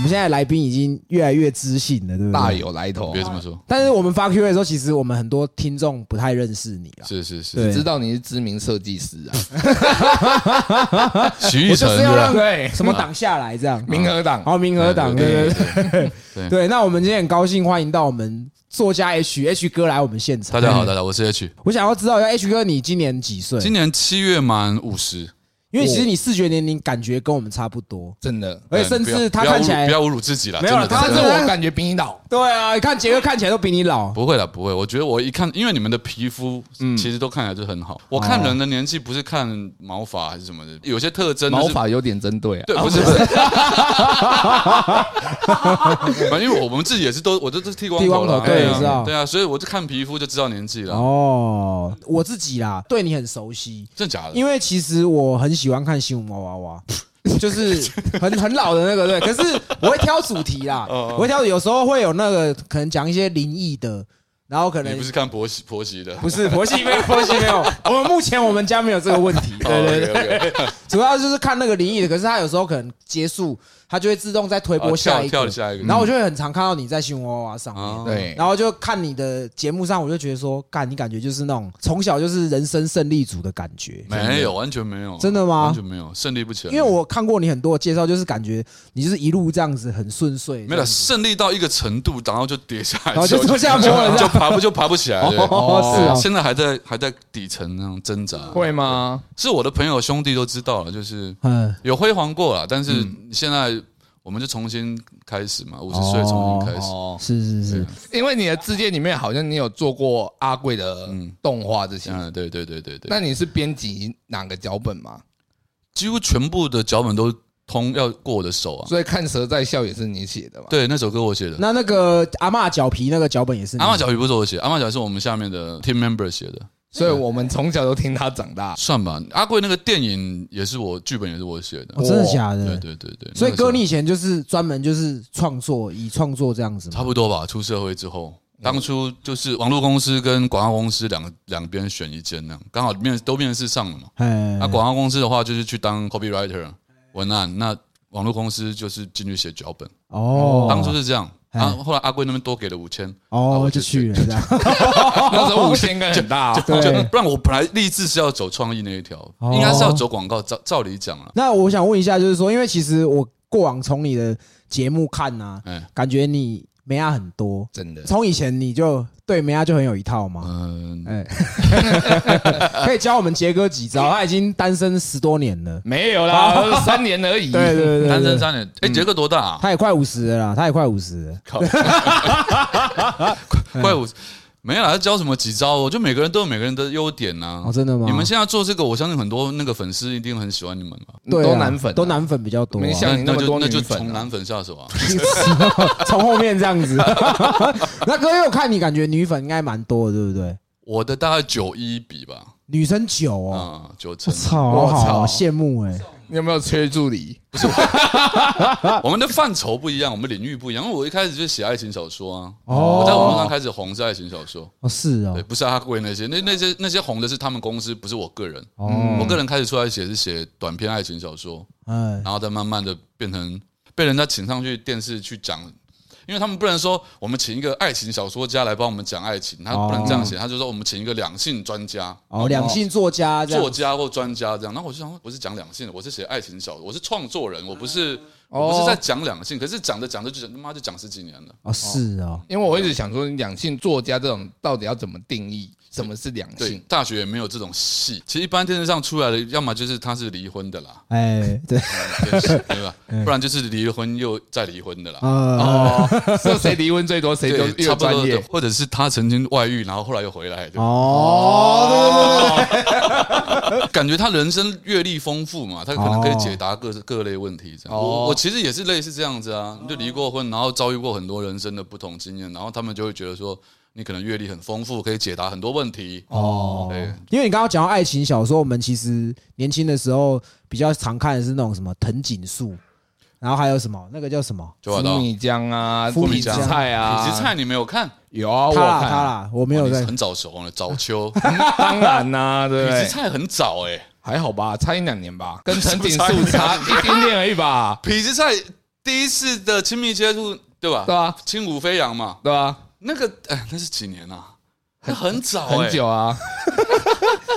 们现在来宾已经越来越知性了，对不大对？有来头嗯别。这么说，但是我们发 Q&A 的时候，其实我们很多听众不太认识你啦。是是是，对知道你是知名设计师 啊，徐我就玉成是对要吧让什么挡下来 这样，民和党。好名额党，对对对对 对对对。那我们今天很高兴欢迎到我们作家 H H 哥来我们现场。嗯大家好，，大家好，我是 H，我想要知道一下 H 哥你今年几岁？今年七月满五十，因为其实你视觉年龄感觉跟我们差不多，真的，而且哎甚嗯不至要他不要看起侮来不要侮辱自己了，没真有的啦他真但的是真的我感觉比你老，对啊，你看杰哥看起来都比你老。不会了，不会。我觉得我一看，因为你们的皮肤嗯其实都看起来就很哦好。我看人的年纪不是看毛发还是什么的，有些特征就是毛发有点针对啊。对，不是不是，反正因为我们自己也是都，我都是剃光头剃光了，头对对知道啊，对啊，所以我就看皮肤就知道年纪了，哦，我自己啦，对你很熟悉，真假的？因为其实我很喜欢看新闻娃娃娃。 就是很很老的那 个对，可是我会挑主题啦，哦我会挑，有时候会有那个可能讲一些灵异的，然后可你能不是看婆媳婆媳的？不是婆媳没有 婆媳没有，我们目前我们家没有这个问哦题，对对对，对主要就是看那个灵异的，可是他有时候可能结束，他就会自动再推播哦下一跳个，跳下一个然后我就会很常看到你在新闻娃娃上面，啊，对，然后就看你的节目上，我就觉得说，干你感觉就是那种从小就是人生胜利组的感觉，没有，完全没有，啊真的吗完全没有，胜利不起来。因为我看过你很多的介绍，就是感觉你就是一路这样子很顺遂，没了，胜利到一个程度，然后就跌下来，然后就坐下坡了就这就样爬不就爬不起来了。哦对是哦现在还在还在底层那种挣扎。会吗？是我的朋友兄弟都知道了，就是嗯，有辉煌过了，但是现在我们就重新开始嘛，五十岁重新开始。哦，是是是，啊因为你的字界里面好像你有做过阿贵的嗯动画这些，嗯，对对对对对。那你是编辑哪个脚本吗？几乎全部的脚本都通要过我的手啊。所以看《蛇在笑》也是你写的嘛？对，那首歌我写的。那那个阿嬷脚皮那个脚本也是你阿玛脚皮不是我写，阿玛脚是我们下面的 team member 写的，所以我们从小都听他长 大。算吧。阿贵那个电影也是我剧本，也是我写的哦，。真的假对的？对对对。所以那个时候哥，你以前就是专门就是创作，以创作这样子吗差不多吧，出社会之后，嗯当初就是网络公司跟广告公司两个两边选一间那样，刚好面都面试上了嘛。哎那广告公司的话，就是去当 copywriter 文案，那网络公司就是进去写脚本。哦，当初是这样，哎啊，后来阿贵那边多给了五千，啊哦我就就去去了这样， 那时候无线跟很大哦，哦就啊对。不然我本来立志是要走创意那一条哦，应该是要走广告，照照理讲了。啊那我想问一下，就是说，因为其实我过往从你的节目看呐、哎，感觉你梅亚很多，真的。从以前你就对梅亚就很有一套嘛。嗯，哎， 可以教我们杰哥几招？他已经单身十多年了，没有 啦，三年而已。对对对对单身三年，哎，杰哥多大啊？他也快五十了啦，他也快五十了。快五十，没有啦，教什么几招？我觉得每个人都有每个人的优点呐。哦，真的吗？你们现在做这个，我相信很多那个粉丝一定很喜欢你们嘛。对啊都男粉啊都男粉比较多啊、没想像你那那么就多那就女粉啊从男粉下手啊。 从后面这样子。 那哥，因为我看你感觉女粉应该蛮多的，对不对？我的大概九一比吧，女生九哦，啊，九我成。操，我好好操羡慕哎、你有没有缺助理？我们的范畴不一样，我们领域不一样。因为我一开始就写爱情小说啊，哦我在网络上开始红是爱情小说，哦，是对，哦，不是阿贵那些，那那些那些红的是他们公司，不是我个人。哦，我个人开始出来写是写短篇爱情小说，哎，然后再慢慢的变成被人家请上去电视去讲，因为他们不能说我们请一个爱情小说家来帮我们讲爱情，他不能这样哦写，他就说我们请一个两性专家。哦，两性作家这样作家或专家这样，然后我就想说，我是讲两性的，我是写爱情小说，我是创作人，我不是，我哦不是在讲两性，可是讲着讲着就讲他妈就讲十几年了。哦，是哦，因为我一直想说，两性作家这种到底要怎么定义什么是两对性？，大学也没有这种戏。其实一般电视上出来的，要么就是他是离婚的啦，哎，对，电视对 吧？不然就是离婚又再离婚的啦。呃，嗯哦，说谁离婚最多，谁 都越差不多专的业。，哦或者是他曾经外遇，然后后来又回来，对吧哦，感觉他人生阅历丰富嘛，他可能可以解答各各类问题。这样，哦我我其实也是类似这样子啊，就离过婚，然后遭遇过很多人生的不同经验，然后他们就会觉得说，你可能阅历很丰富，可以解答很多问题。哦对，因为你刚刚讲到爱情小说，我们其实年轻的时候比较常看的是那种什么藤井树，然后还有什么那个叫什么？九把紫刀，米浆啊，紫米米浆菜啊，痞子菜你没有看？有啊，我他啦他看啦，我没有哇你在，很早熟了，早 秋。当然啦，对不痞对子？菜很早哎， 。还好吧，差一两年吧，跟陈鼎树差一点点而已吧痞子菜第一次的亲密接触，对吧？对吧？轻舞飞扬嘛，对吧？那个哎，那是几年啊？那很早、欸，很久啊，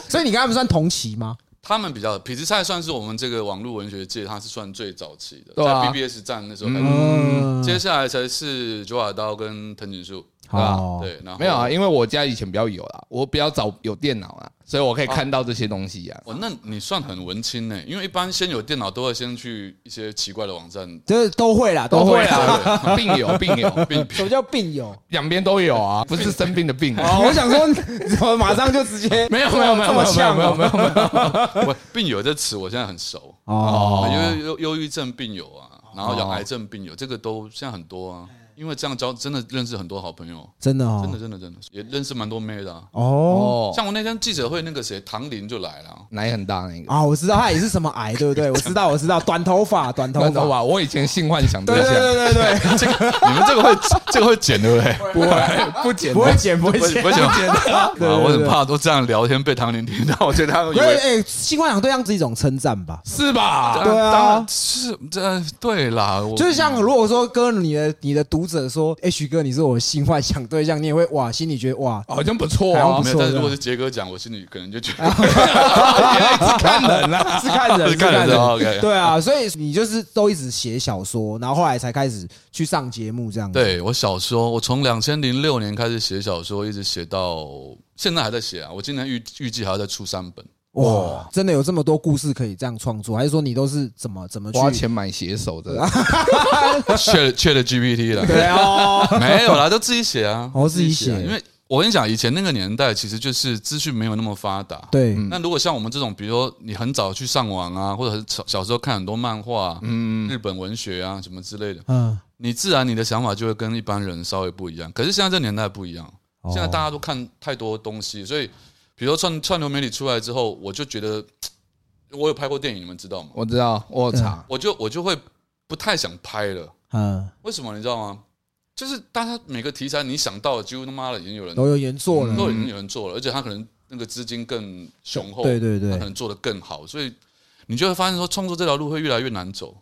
所以你跟他们算同期吗？他们比较痞子蔡算是我们这个网络文学界，它是算最早期的，对啊在 BBS 站那时候开始。嗯，接下来才是九把刀跟藤井树，好，对，然后没有啊，因为我家以前比较有啦，我比较早有电脑啦，所以我可以看到这些东西啊呀。哦，那你算很文青呢、因为一般先有电脑都会先去一些奇怪的 网站，就是都会啦，都会啊啦。啦， 病友病友，啊并什么叫病友？两边都有啊，不是生病的病啊。哦，我想说， 你怎么马上就直接没有没有没有这么没有没有呛没有哦没有没有，不并有这词我现在很熟，哦，因为忧忧郁症病友啊，哦然后有癌症病友，这个都现在很多啊，因为这样交真的认识很多好朋友，真的真的哦，真的真的也认识蛮多妹的、啊，哦哦，像我那天记者会那个谁唐林就来了啊，奶很大那个啊，我知道他也是什么癌，对不对？我知道，我知道，短头发，短头短头发，发，我以前性幻想对对对象对对对，这个 你们这个会这个会剪对不对？不会不剪不会剪， 不会不剪，不会剪啊 对对啊，对我很怕都这样聊天被唐林听到，我觉得他会以因为为哎，新幻想对象是一种称赞吧？是吧？对啊当然是这对啦，我就是像如果说跟你的你的读者说，哎，徐哥你是我新幻想对象，你也会哇，心里觉得 哇，好像不错好啊像不没错，有，但是如对果是杰哥讲，我心里可能就觉 得看人啊，是看人， 是是 看人啊哦看的人， ，OK 对啊，所以你就是都一直写小说，然后后来才开始去上节目这样子。对我小说，我从两千零六年开始写小说，一直写到现在还在写啊。我今年预预计还要再出三 本。哇，真的有这么多故事可以这样创作，还是说你都是怎么怎么去花钱买写手的，缺缺了 GPT 了，对啊， 没有啦，都自己写啊，哦自己啊写因为我跟你讲，以前那个年代其实就是资讯没有那么发达。对，那如果像我们这种，比如说你很早去上网啊，或者很小小时候看很多漫画、嗯，日本文学啊什么之类的，嗯，你自然你的想法就会跟一般人稍微不一样。可是现在这年代不一样，嗯哦现在大家都看太多东西，所以比如说串串流媒体出来之后，我就觉得我有拍过电影，你们知道吗？我知道，我有查，我就我就会不太想拍了，嗯为什么你知道吗？就是大家每个题材你想到的，几乎他妈的已经有人都有原作了，嗯都已经有人做了，而且他可能那个资金更雄厚，对对他可对，能做得更好，所以你就会发现说，创作这条路会越来越难走。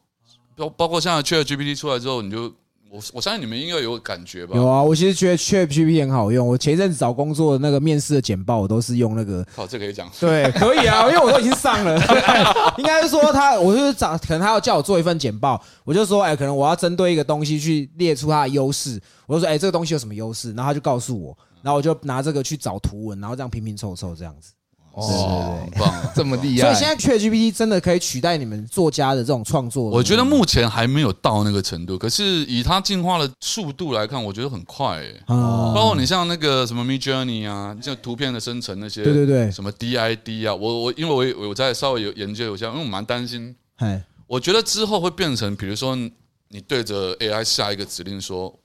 包包括现在 ChatGPT 出来之后，你就我我相信你们应该有感觉吧？有啊，我其实觉得 ChatGPT 很好用，我前一阵子找工作的那个面试的简报，我都是用那个。靠，这可以讲。对， 可以啊，因为我都已经上了。 应该是说他，我就是找，可能他要叫我做一份简报，我就说，哎、可能我要针对一个东西去列出它的优势。我就说，哎、这个东西有什么优势？然后他就告诉我，然后我就拿这个去找图文，然后这样拼拼凑凑这样子。哦，很棒啊。这么厉所害，以现在 ChatGPT 真的可以取代你们作家的这种创作。我觉得目前还没有到那个程度，可是以它进化的速度来看，我觉得很快、欸。啊，包括你像那个什么 Mid Journey 啊，像图片的生成那些，对对对，什么 DID 啊，我我因为我也我在稍微有研究一下，因为我蛮担心，哎，我觉得之后会变成，比如说你对着 AI 下一个指令说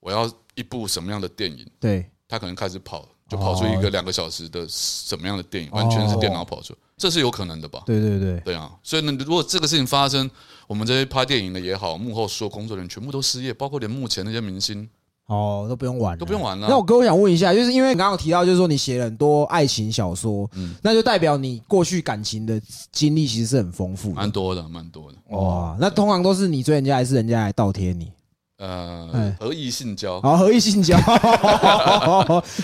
我要一部什么样的电影，对，它可能开始跑，就跑出哦一个两个小时的什么样的电影，完全是电脑跑出，这是有可能的吧？对对哦对，对啊，所以呢，如果这个事情发生，我们这些拍电影的也好，幕后所有工作人员全部都失业，包括连目前那些明星哦，都不用玩了，都不用玩了那。我哥，我想问一下，就是因为你刚刚有提到，就是说你写了很多爱情小说，嗯那就代表你过去感情的经历其实是很丰富蛮的。多的，蛮多的。哇，那通常都是你追人家，还是人家来倒贴你？呃哎，合意性交，好，合意性交。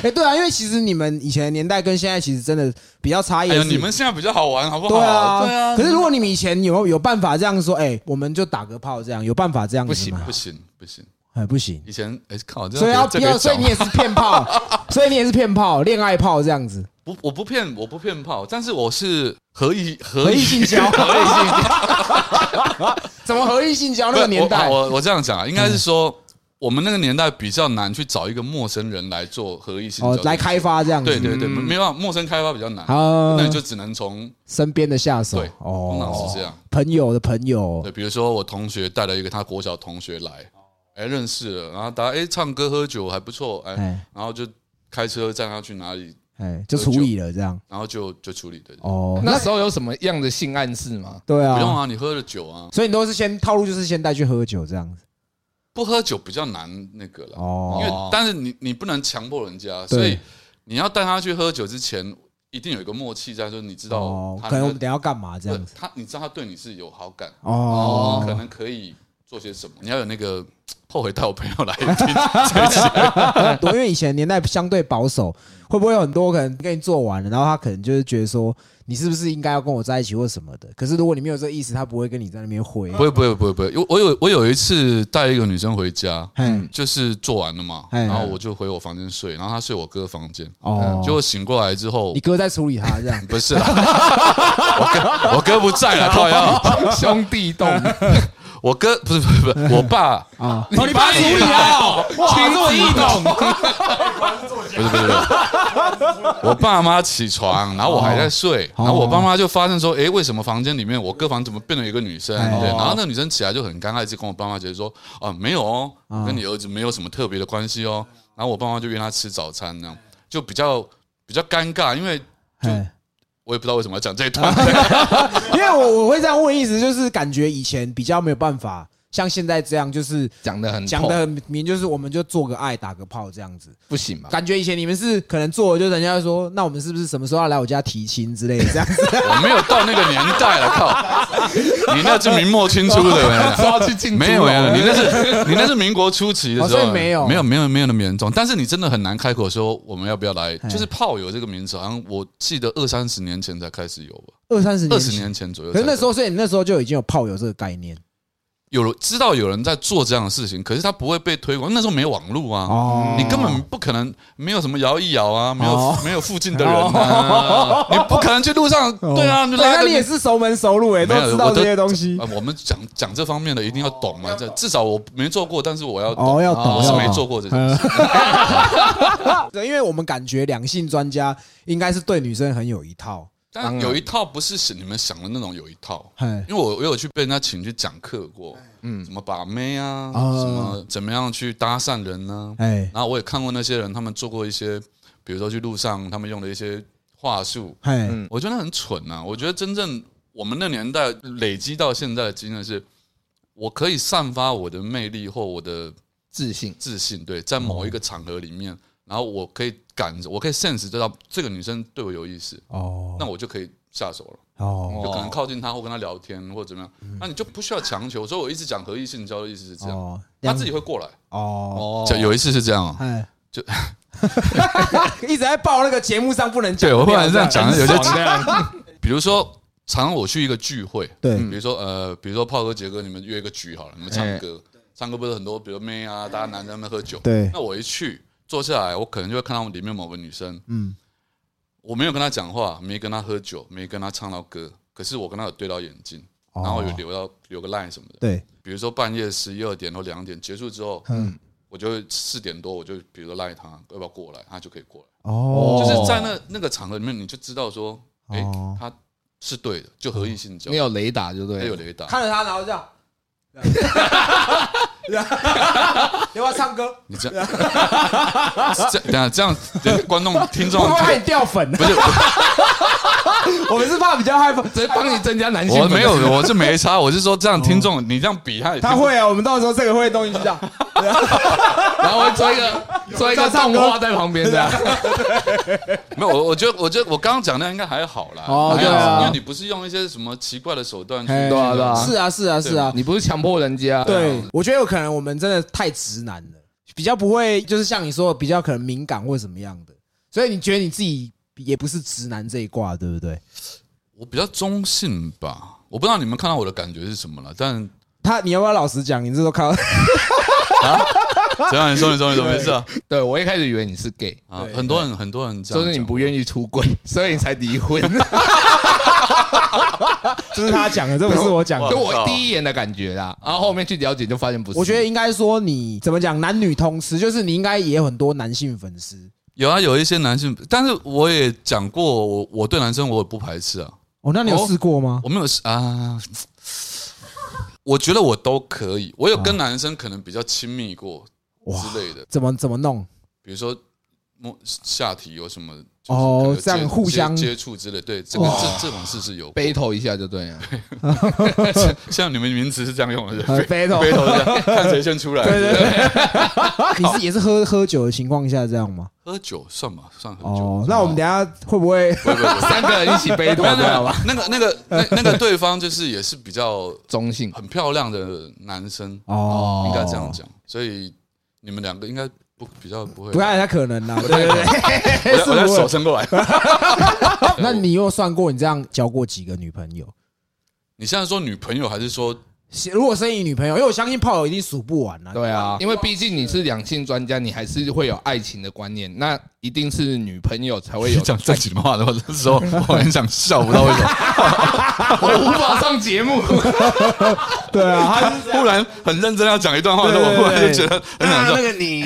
哎，对啊，因为其实你们以前的年代跟现在其实真的比较差异哎是。呦，你们现在比较好玩，好不好？对啊，对啊。可是如果你们以前有没有有办法这样说，哎，我们就打个炮这样，有办法这样子不行吗不？行不行，哎，不行。以前哎靠，这所以要这不可以要？所以讲你也是骗炮， 所以你也是骗炮，恋爱炮这样子，不，我不骗，我不骗炮，但是我是合意合合意意性交，合意 性交，怎么合意性交？那个年代嗯我我我这样讲啊，应该是说我们那个年代比较难去找一个陌生人来做合意性哦交，来开发嗯这样子，对对对，没办法，陌生开发比较难，啊那你就只能从身边的下手哦对，通常是这样，朋友的朋友对，比如说我同学带了一个他国小同学来，哎认识了，然后大家哎唱歌喝酒还不错，哎，哎然后就开车载他去哪里，哎，就处理了这样然后就就处理的，哦，那时候有什么样的性暗示吗？对不用啊，啊，你喝了酒啊，所以你都是先套路，就是先带去喝酒这样子不喝酒比较难那个了。哦，因哦为但是你你不能强迫人家，对所以你要带他去喝酒之前，一定有一个默契在，说你知道哦，他可能我那们等一下要干嘛这哦个样子他，你知道他对你是有好感，哦可能可以做些什么，你要有那个后悔带我朋友来 听。对，因为以前年代相对保守，会不会有很多可能跟你做完了，然后他可能就是觉得说你是不是应该要跟我在一起或什么的？可是如果你没有这个意思，他不会跟你在那边回。不会不会不会不会，有我有我有一次带一个女生回家，嗯，就是做完了嘛，哎然后我就回我房间睡，然后她睡我哥房间，哦，结果醒过来之后嗯。你，哥在处理他这样不是啦， 我哥我哥不在 了，靠腰，兄弟洞，我哥不是不是不是，我爸啊，哎哦你把你处理好，亲自一懂，不是不是不是，我爸妈起床，然后我还在睡，哦然后我爸妈就发现说，诶，为什么房间里面我哥房怎么变了一个女生？哎对，然后那个女生起来就很尴尬，就跟我爸妈解释说，啊，没有哦，我跟你儿子没有什么特别的关系哦。然后我爸妈就约他吃早餐，那样就比较比较尴尬，因为哎我也不知道为什么要讲这 一段。因为我我会这样问，意思就是感觉以前比较没有办法像现在这样，就是讲的嗯很讲痛的很明，就是我们就做个爱，打个炮这样子。不行嗯吧？感觉以前你们是可能做了，就人家会说，那我们是不是什么时候要来我家提亲之类的这样子？ 我没有到那个年代了，靠！你那是明末清初的人，啊说要去进猪没有笼没有，你那是 你那是民国初期的嗯时哦所候，以没有没有没有没有那么严重，但是你真的很难开口说我们要不要来，哎就是炮友这个名词，好像我记得二三十年前才开始有吧，二三十年，二十年。前左右嗯才可有。是那时候，所以你那时候就已经有炮友这个概念有人知道有人在做这样的事情，可是他不会被推广，那时候没有网络啊。哦你根本不可能没有什么摇一摇啊，没有、哦没有附近的人、啊，你不可能去路上、对啊，你哦对，拉那个你也是熟门熟路哎、没都有知道我都这些东西啊，我们讲讲这方面的一定哦要懂嘛，这至少我没做过，但是我要懂哦，要我懂，是要没懂做 过这 件事，对，因为我们感觉两性专家应该是对女生很有一套，但有一套不是你们想的那种有一套，嘿，因为我我有去被人家请去讲课过，嗯，怎么把妹啊，哦什么怎么样去搭讪人呢？哎，然后我也看过那些人，他们做过一些，比如说去路上他们用的一些话术，嘿，我觉得很蠢啊！我觉得真正我们那年代累积到现在的经验是，我可以散发我的魅力或我的自信，自信，对，在某一个场合里面，然后我可以感着，我可以 sense 得到这个女生对我有意思，哦，那我就可以下手了，哦，嗯就可能靠近她或跟她聊天或者怎么样，那你就不需要强求。所以我一直讲合意性交的意思是这样，哦，她自己会过来。哦，哦就有一次是这样哦，哎，就 一直在报那个节目上不能讲对的料，我忽然这样讲，有些爽的比如说，常常我去一个聚会，对比如说呃，比如说炮哥、杰哥，你们约一个局好了，你们唱歌，唱歌不是很多，比如妹啊，大家男生们喝酒，哎对那我一去坐下来，我可能就会看到里面某个女生，嗯，我没有跟她讲话，没跟她喝酒，没跟她唱到歌，可是我跟她有对到眼睛，哦然后有留到留个 line 什么的。对，比如说半夜十一二点或两点结束之后，嗯，我就会四点多我就比如说 line 她要不要过来，她就可以过来。哦，就是在那那个场合里面，你就知道说，哎、哦他是对的，就合意性交，没有雷达就没对有了，雷达。看着他，然后这 样。你要不要唱歌？ 你这样，这等下这样，等下观众听众会，不会害你掉粉？ 不是我们是怕比较害怕，这帮你增加男性我粉丝没有，我是没差，我是说这样听众，你这样比他也听哦他不，会啊。我们到时候这个会东西就 这样，然后会做 一个做一个动画在旁边的，没有我，我觉得，我觉得我刚刚讲的应该还好啦，哦还对啊好，因为你不是用一些什么奇怪的手段去，嘿对啊对啊是啊，是啊，是啊。 你不是强迫人家，啊对，我觉得有可能我们真的太直男了，比较不会，就是像你说，的，比较可能敏感或怎么样的。所以你觉得你自己也不是直男这一挂，对不对？我比较中性吧，我不知道你们看到我的感觉是什么了， 但他，你要不要老实讲？你这都看到， 啊怎样？你说，你说，你说，没事啊，对我一开始以为你是 gay，啊对很多人，很多人这就样是讲，你不愿意出轨， 所以你才离 婚。这是他讲的，这不是我讲的 就。我第一眼的感觉啦，啊然后后面去了解就发现不是。我觉得应该说你怎么讲，男女通吃，就是你应该也有很多男性粉丝。有啊，有一些男性，但是我也讲过，我我对男生我也不排斥啊，哦，那你有试过吗？我没有试啊， 我觉得我都可以，我有跟男生可能比较亲密过之类的，怎么怎么弄？比如说摸下体有什么就是哦可能有这样接互相接接触之类，对，这个这这种事是有。 battle 一下就对 了。像你们名词是这样用的，呃对，battle 背头这样，看谁先出来。对对对， 你是也是喝喝酒的情况下这样吗？喝酒算吧，算喝酒。哦，那我们等一下会不会不会不会不会三个人一起 battle 没有没对有吧？那个那个那那个对方就是也是比较中性很漂亮的男生，哦，应该这样，讲，所以你们两个应该不比较不会。不太太可能啦，对对对。我在我在是不会手伸过来。 那你有算过你这样交过几个女朋友？ 你现在说女朋友还是说如果生一女朋友，因为我相信炮友一定数不完啦。 对啊，因为毕竟你是两性专家，你还是会有爱情的观念，那一定是女朋友才 啊会有。讲正经话的话，这时候 我很想笑，不知道为什 么，我无法上节目，对啊，他是忽然很认真要讲一段话的时候，对我对忽然对就觉得很想笑。个你，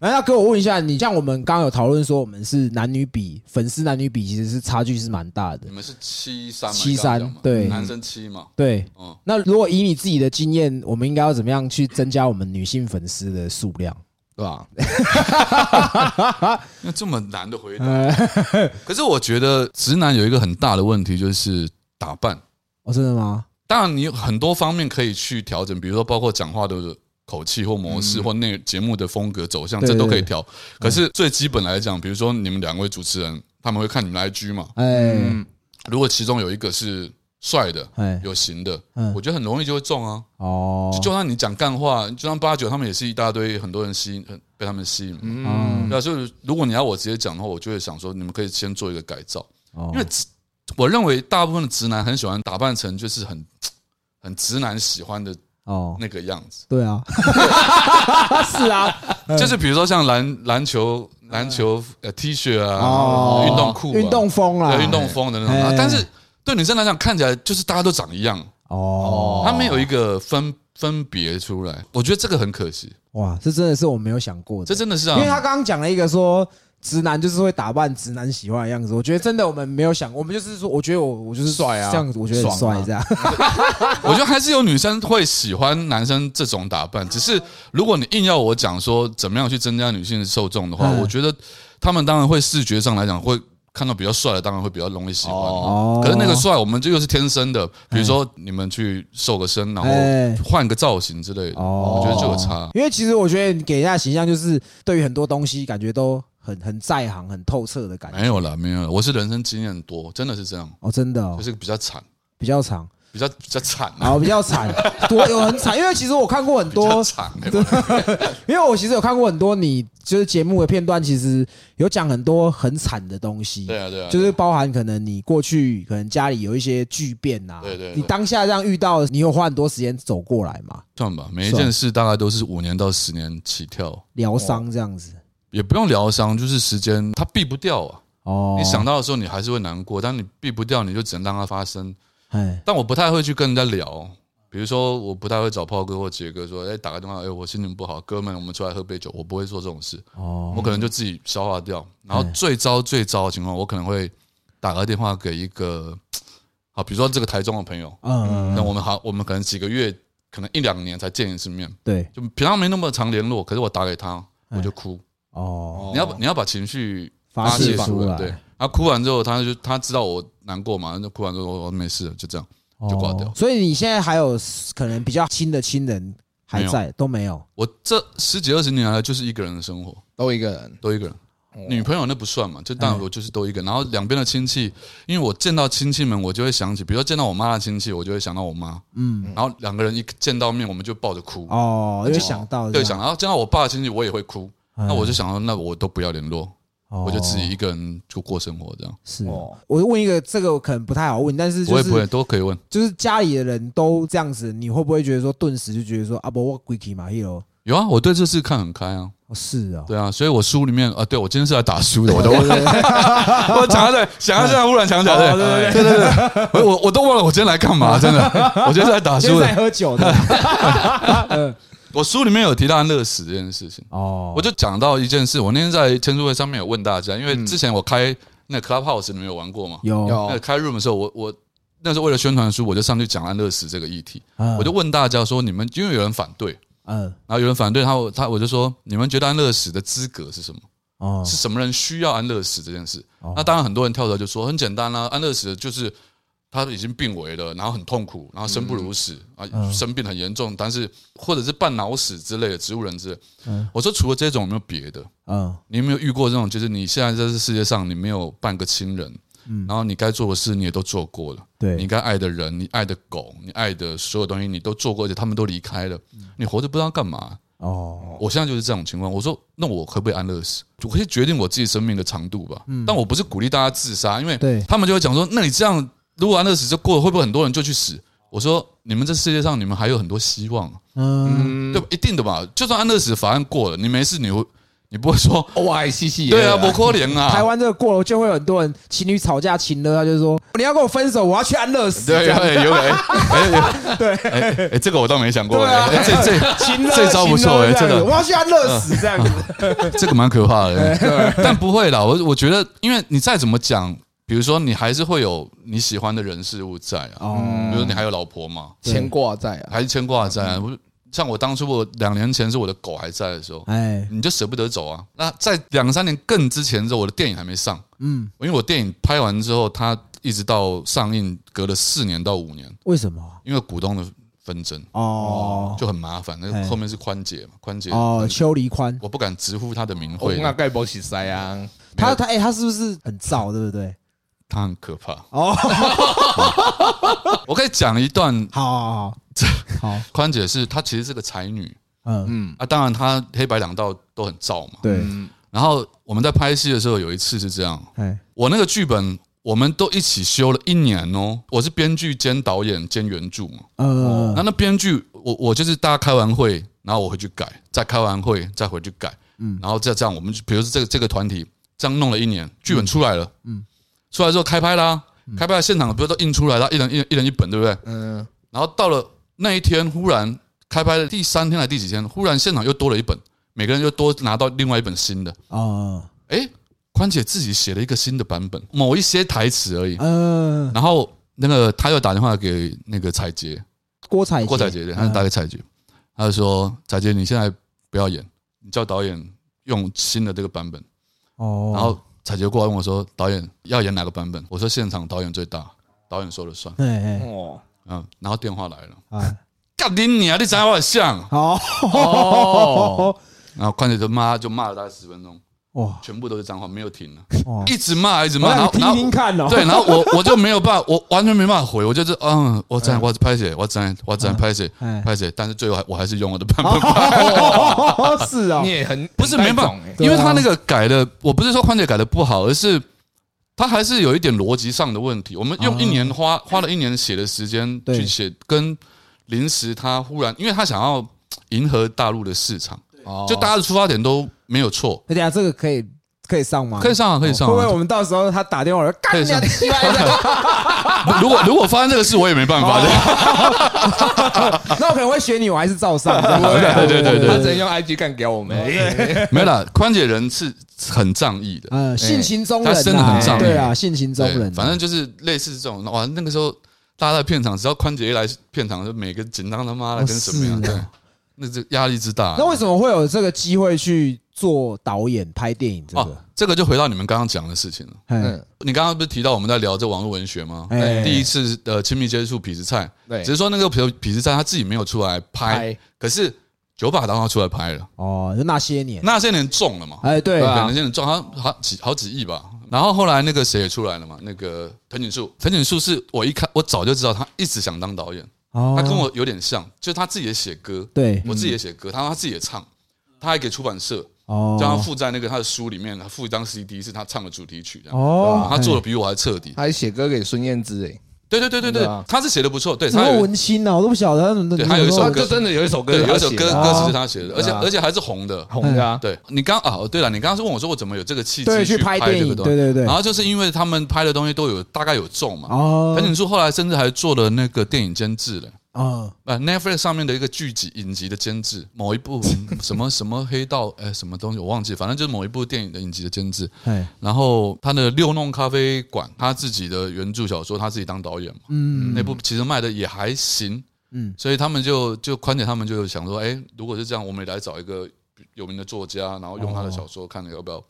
哎， 那哥，我问一下，你像我们刚刚有讨论说，我们是男女比粉丝男女比其实是差距是蛮大的你，们是七三嘛，七三你刚刚讲嘛对男生七嘛，对。嗯，那如果以你自己的经验，我们应该要怎么样去增加我们女性粉丝的数量？对吧？那这么难的回答，呃 可是我觉得直男有一个很大的问题就是打扮，哦，真的吗？当然你有很多方面可以去调整，比如说包括讲话的口气或模式或内节目的风格走向，嗯对这对都可以调。可是最基本来讲，比如说你们两位主持人，他们会看你们的 IG 嘛，哎嗯，如果其中有一个是帅的。哎，有型的，嗯我觉得很容易就会中啊。哦，就算你讲干话，就算八九他们也是一大堆，很多人吸引，很被他们吸引。嘛。嗯嗯，对啊，所以如果你要我直接讲的话，我就会想说，你们可以先做一个改造，哦因为直我认为大部分的直男很喜欢打扮成就是很很直男喜欢的哦，那个样子，对啊， 是啊，就是比如说像篮篮球篮球呃 T 恤嗯哦啊，运动裤啊、运动风啦，对运动风的那种哎啊，但是对女生来讲，看起来就是大家都长一样，哦，他没有一个分分别出来，我觉得这个很可惜，哇，这真的是我没有想过的，这真的是啊，因为他刚刚讲了一个说。直男就是会打扮直男喜欢的样子，我觉得真的我们没有想，我们就是说，我觉得我我就是帅啊这样子我觉得很爽啊帅这样， 我觉得还是有女生会喜欢男生这种打扮，只是如果你硬要我讲说怎么样去增加女性受众的话，嗯我觉得他们当然会视觉上来讲会看到比较帅的，当然会比较容易喜欢。哦可是那个帅，我们这又是天生的，比如说你们去瘦个身，然哎后换个造型之类的，哦我觉得就有差。因为其实我觉得你给人家的形象就是对于很多东西感觉都很很在行、很透彻的感觉。没有了，没有了，我是人生经验多，真的是这样，哦，真的哦就，是比较惨，比较长，比较比较惨啊，然后比较 惨，多有很惨。因为其实我看过很比较多，惨、欸。因为我其实有看过很多你就是节目的片段，其实有讲很多很惨的东西。对啊，对啊，就是包含可能你过去可能家里有一些巨变呐、对对对你当下这样遇到，你有花很多时间走过来嘛，算吧，每一件事大概都是五年到十年起跳。疗伤这样子。也不用疗伤，就是时间它避不掉啊。哦，你想，到的时候，你还是会难过，但你避不掉，你就只能让它发生。哎，但我不太会去跟人家聊，比如说我不太会找炮哥或杰哥说，哎，打个电话，哎，我心情不好，哥们，我们出来喝杯酒。我不会做这种事，哦我，可能就自己消化掉。然后最糟最糟的情况，我可能会打个电话给一个，好，比如说这个台中的朋友，嗯，那我们好，我们可能几个月，可能一两年才见一次面，对，就平常没那么常联络，可是我打给他，我就哭。哦，你要你要把情绪发泄泄出来对，他哭完之后，他就他知道我难过嘛，就哭完之后我没事了，就这样。就挂掉哦所以你现在还有可能比较亲的亲人还在都没有我这十几二十年来就是一个人的生活， 都一个人，都一个人。女朋友那不算嘛，就当哎然我就是都一个人。然后两边的亲戚，因为我见到亲戚们，我就会想起，比如说见到我妈的亲戚，我就会想到我妈。嗯，然后两个人一见到面，我们就抱着哭。哦，因为想到对，这想样，然后见到我爸的亲戚，我也会哭。嗯那我就想说，那我都不要联络，我就自己哦一个人就过生活这样。是哦。我问一个，这个可能不太好问，但是不就会不会是都可以问。就是家里的人都这样子，你会不会觉得说顿时就觉得说啊不我鬼去嘛 hero 有啊，我对这事看很开啊。是啊，对啊，所以我书里面啊，对我今天是来打书的，我都忘了。我讲到这，想到这，忽然想起来，对对对对对，我我都忘了我今天来干嘛，真的，我今天是来打今书天在的。喝酒的 我书里面有提到乐死这件事情，哦我就讲到一件事，我那天在签书会上面有问大家，因为之前我开那个 Clubhouse 你们有玩过吗？有那个 有开 room 的时候，我我那时候为了宣传书，我就上去讲安乐死这个议题，嗯我就问大家说，你们因为有人反对，嗯，然后有人反对他，我他我就说，你们觉得安乐死的资格是什么？哦，是什么人需要安乐死这件事哦？那当然很多人跳出来就说，很简单啦、安乐死就是他已经病危了，然后很痛苦，然后生不如死嗯啊，生病很严重，但是或者是半脑死之类的植物人之类嗯。我说除了这种有没有别的？嗯你有没有遇过这种，就是你现在在这世界上，你没有半个亲人，嗯然后你该做的事你也都做过了，你对，该爱的人、你爱的狗、你爱的所有东西你都做过，而且他们都离开了，嗯你活着不知道干嘛。哦，我现在就是这种情况，我说那我可不可以安乐死？我可以决定我自己生命的长度吧，但我不是鼓励大家自杀，因为对他们就会讲说，那你这样如果安乐死就过了，会不会很多人就去死？我说你们这世界上你们还有很多希望，啊嗯，对吧？一定的吧，就算安乐死法案过了，你没事你会你不会说哇，嘻嘻，对啊，不可能啊， 台湾这个过了就会有很多人情侣吵架情了，他就说你要跟我分手，我要去安乐死，对这样对有可能，哎 对，哎哎，这个我倒没想过，对啊哎这这 情了 这招不错哎情了这样真子的嗯我要去安乐死 这样子， 这个蛮可怕的，但不会啦，我我觉得，因为你再怎么讲，比如说你还是会有你喜欢的人事物在啊，哦，比如说你还有老婆嘛，牵挂在啊，还是牵挂在啊，嗯我像我当初我两年前是我的狗还在的时候，哎，你就舍不得走啊。那在两三年更之前的时候，我的电影还没上，嗯，因为我电影拍完之后，它一直到上映隔了四年到五年，为什么？啊因为股东的纷争。哦就很麻烦。那哎后面是宽姐嘛，宽姐哦，邱黎宽，我不敢直呼她的名我讳，那盖博起塞啊，他他哎，他是不是很燥，对不对？她很可怕。哦，好 我可以讲一段，好好，好，宽姐是她其实是个才女嗯，啊，当然她黑白两道都很燥嘛。对，嗯，然后我们在拍戏的时候有一次是这样，哎，我那个剧本我们都一起修了一年哦，我是编剧兼导演兼原著嘛。呃那，那编剧，我我就是大家开完会，然后我回去改，再开完会再回去改，嗯然后再这样，我们就比如说这个这个团体这样弄了一年，剧本出来了，嗯出来之后开拍啦，开拍现场不是都印出来了，一人一人一人一本，对不对？嗯，然后到了那一天，忽然开拍的第三天还是第几天，忽然现场又多了一本，每个人又多拿到另外一本新的，哦，诶，宽姐自己写了一个新的版本，某一些台词而已，呃，然后那个她又打电话给那个彩杰，郭采嗯郭采洁，对，他打给采洁，他就说：“采洁，你现在不要演，你叫导演用新的这个版本。”哦，然后采洁过来问我说：“导演要演哪个版本？”我说：“现场导演最大，导演说了算。哎哦，”嗯，然后电话来了，哎 哎，干你娘！你长得我很像。好，哦然后宽姐就骂，就骂了大概十分钟， 哇全部都是脏话，没有停了，哇，一直骂，一直我骂，然想后然听听后。看哦，对，然后我我就没有办法，我完全没办法回，我就是嗯，我在我拍写，我在我在拍写 哎拍写，但是最后还我还是用我的版本哦， 是啊你，也很不是没办欸法，对因为啊他那个改的，我不是说宽姐改的不好，而是他还是有一点逻辑上的问题。我们用一年花、啊花了一年写的时间对去写，跟临时他忽然，因为他想要迎合大陆的市场，法哦就大家的出发点都没有错，哎等一下这个可以可以上吗？可以上啊，可以上会不会啊。我们到时候他打电 话我哎说干可以你娘上的鸡巴的？如果如果发生这个事，我也没办法哦的。那我可能会选你，我还是照 上。这样对对对对哎他只能用 IG 干给我们， 没有啦，宽姐人是很仗义的，呃，性情中人、啊，哎他真的很仗义对啊，性情中对，人、反正就是类似这种哇，那个时候。大家在片场，只要宽姐一来片场，就每个紧张他妈的哦跟什么样？是对哦，那这压力之大。那为什么会有这个机会去做导演、拍电影这哦个？，这个就回到你们刚刚讲的事情了。嗯，嗯，你刚刚不是提到我们在聊这网络文学吗？哎第一次呃亲密接触痞子蔡，对只是说那个痞痞子蔡他自己没有出来拍，拍可是九把刀他出来拍了，哦，就那些年，那些年中了嘛，哎，对对对，啊那些年中好像好几好几亿吧。然后后来那个谁也出来了嘛，那个藤井树，藤井树是我一看我早就知道他一直想当导演，哦，嗯他跟我嗯有点像，就是他自己也写歌，对我自己也写歌，他他自己也唱，他还给出版社，哦，叫他附在那个他的书里面，他附一张 CD 是他唱的主题曲，这样。啊哦，他做的比我还彻底。他还写歌给孙燕姿，哎，对对对对对对啊，他是写的不错，对什他么有文青啊，我都不晓得他怎么。对他有一首他怎么歌就真的有一首歌对给他有一首写歌的啊歌词是他写的，而且对啊而且还是红的。红的啊，对你刚啊，对了，你刚刚是问我说我怎么有这个契对机去拍拍电这影个东西，对对对然后就是因为他们拍的东西都有大概有中嘛，哦藤井树后来甚至还做了那个电影监制了。哦，呃，Netflix 上面的一个剧集影集的监制，某一部什么什么黑道，哎，什么东西我忘记，反正就是某一部电影的影集的监制。哎，然后他的六弄咖啡馆，他自己的原著小说，他自己当导演嘛，嗯，那部其实卖的也还行，嗯所以他们就就宽姐他们就想说，哎，如果是这样，我们也来找一个有名的作家，然后用他的小说看要不要，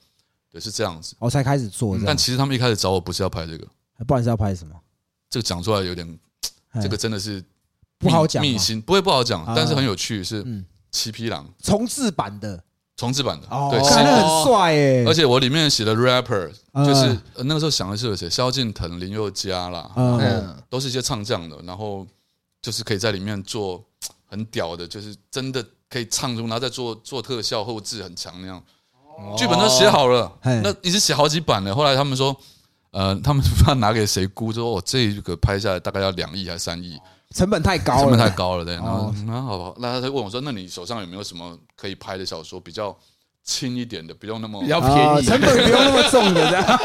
对，是这样子。哦我才开始做这样但，其实他们一开始找我不是要拍这个，不然是要拍什么？这个讲出来有点，哎这个真的是不好讲嘛，秘辛不会不好讲啊，但是很有趣，是嗯七匹狼重置版的重制版的，哦，对，看是那很帅耶，而且我里面写的 rapper 嗯就是呃那个时候想的是有谁，萧敬腾、林宥嘉啦，嗯嗯，都是一些唱将的，然后就是可以在里面做很屌的，就是真的可以唱出，然后再做做特效后置很强那样。嗯剧本都写好了，哦嘿那已经写好几版了。后来他们说，呃，他们不知道拿给谁估，说我、哦、这个拍下来大概要两亿还是三亿，成本太高了，成本太高了，对。然后哦嗯那好吧，那他就问我说，那你手上有没有什么可以拍的小说比较轻一点的，不用那么比较啊便宜，成本不用那么重的这 样。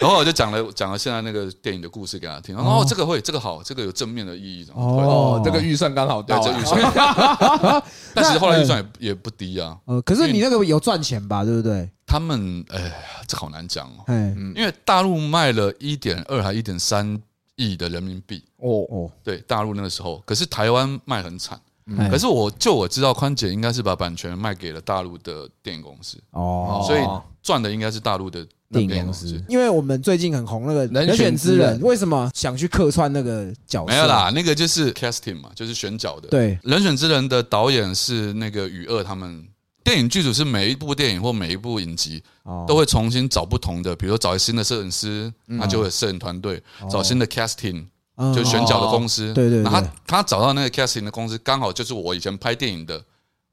然后我就讲了讲了现在那个电影的故事给他听，然哦后、哦、这个会，这个好，这个有正面的意义，然后会哦哦，这个预算刚好到对，啊，这预算， 但其实后来预算嗯也也不低啊。呃，可是你那个有赚钱吧，对不对？他们哎呀，这好难讲哦，哎，因为大陆卖了一点二还一点三亿的人民币，哦，哦，对大陆那个时候，可是台湾卖很惨。哎嗯可是我就我知道，宽姐应该是把版权卖给了大陆的电影公司，哦，所以赚的应该是大陆的那电个影公司，因为我们最近很红那个《人人选选之之人人》，为什么想去客串那个角色？没有，啦，那个就是 casting 嘛，就是选角的。哦对， 《人选之人》的导演是那个雨二他们。电影剧组是每一部电影或每一部影集哦都会重新找不同的，比如说找新的摄影师，他就会有摄影团队；找新的 casting，嗯就是选角的公司。哦对对对那他他找到那个 casting 的公司，刚好就是我以前拍电影的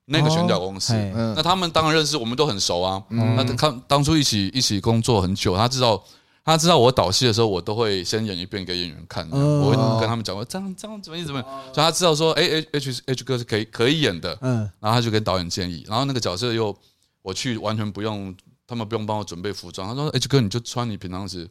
那个选角公司哦。嘿嗯那他们当然认识，我们都很熟啊。那他看当初一起一起工作很久，他知道他知道我导戏的时候，我都会先演一遍给演员看，嗯我会跟他们讲过这样这样怎么样怎么样，所以他知道说，哎，H H H 哥是可以可以演的，嗯，然后他就跟导演建议，然后那个角色又我去完全不用，他们不用帮我准备服装，他说 H 哥你就穿你平常时。